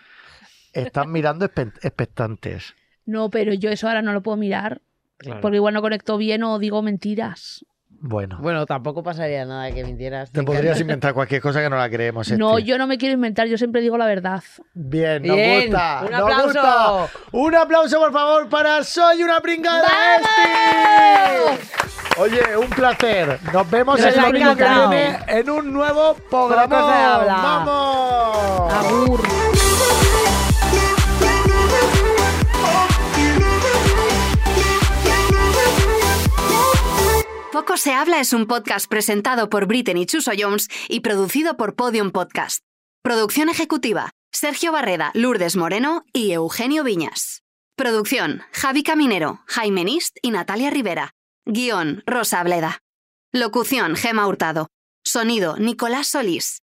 B: Están mirando espe- expectantes.
F: No, pero yo eso ahora no lo puedo mirar.
C: Claro.
F: Porque igual no conecto bien o digo mentiras.
B: Bueno,
C: Bueno, tampoco pasaría nada que mintieras.
B: te
C: Me
B: podrías
C: encanta.
B: inventar cualquier cosa que no la creemos. Esti.
F: No, yo no me quiero inventar, yo siempre digo la verdad.
B: Bien, nos
C: Bien,
B: gusta.
C: un
B: nos
C: aplauso.
B: gusta. Un aplauso, por favor, para Soy una pringada Esti. Oye, un placer. Nos vemos
C: Nos
B: el
C: ha
B: domingo que
C: encantado.
B: viene en un nuevo programa.
C: Poco se habla.
B: ¡Vamos!
C: Agur.
A: Poco se habla es un podcast presentado por Britten y Chuso Jones y producido por Podium Podcast. Producción ejecutiva: Sergio Barreda, Lourdes Moreno y Eugenio Viñas. Producción: Javi Caminero, Jaime Nist y Natalia Rivera. Guión: Rosa Bleda. Locución: Gema Hurtado. Sonido: Nicolás Solís.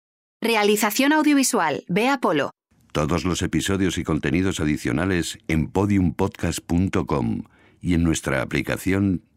A: Realización audiovisual: Bea Polo.
G: Todos los episodios y contenidos adicionales en podiumpodcast.com y en nuestra aplicación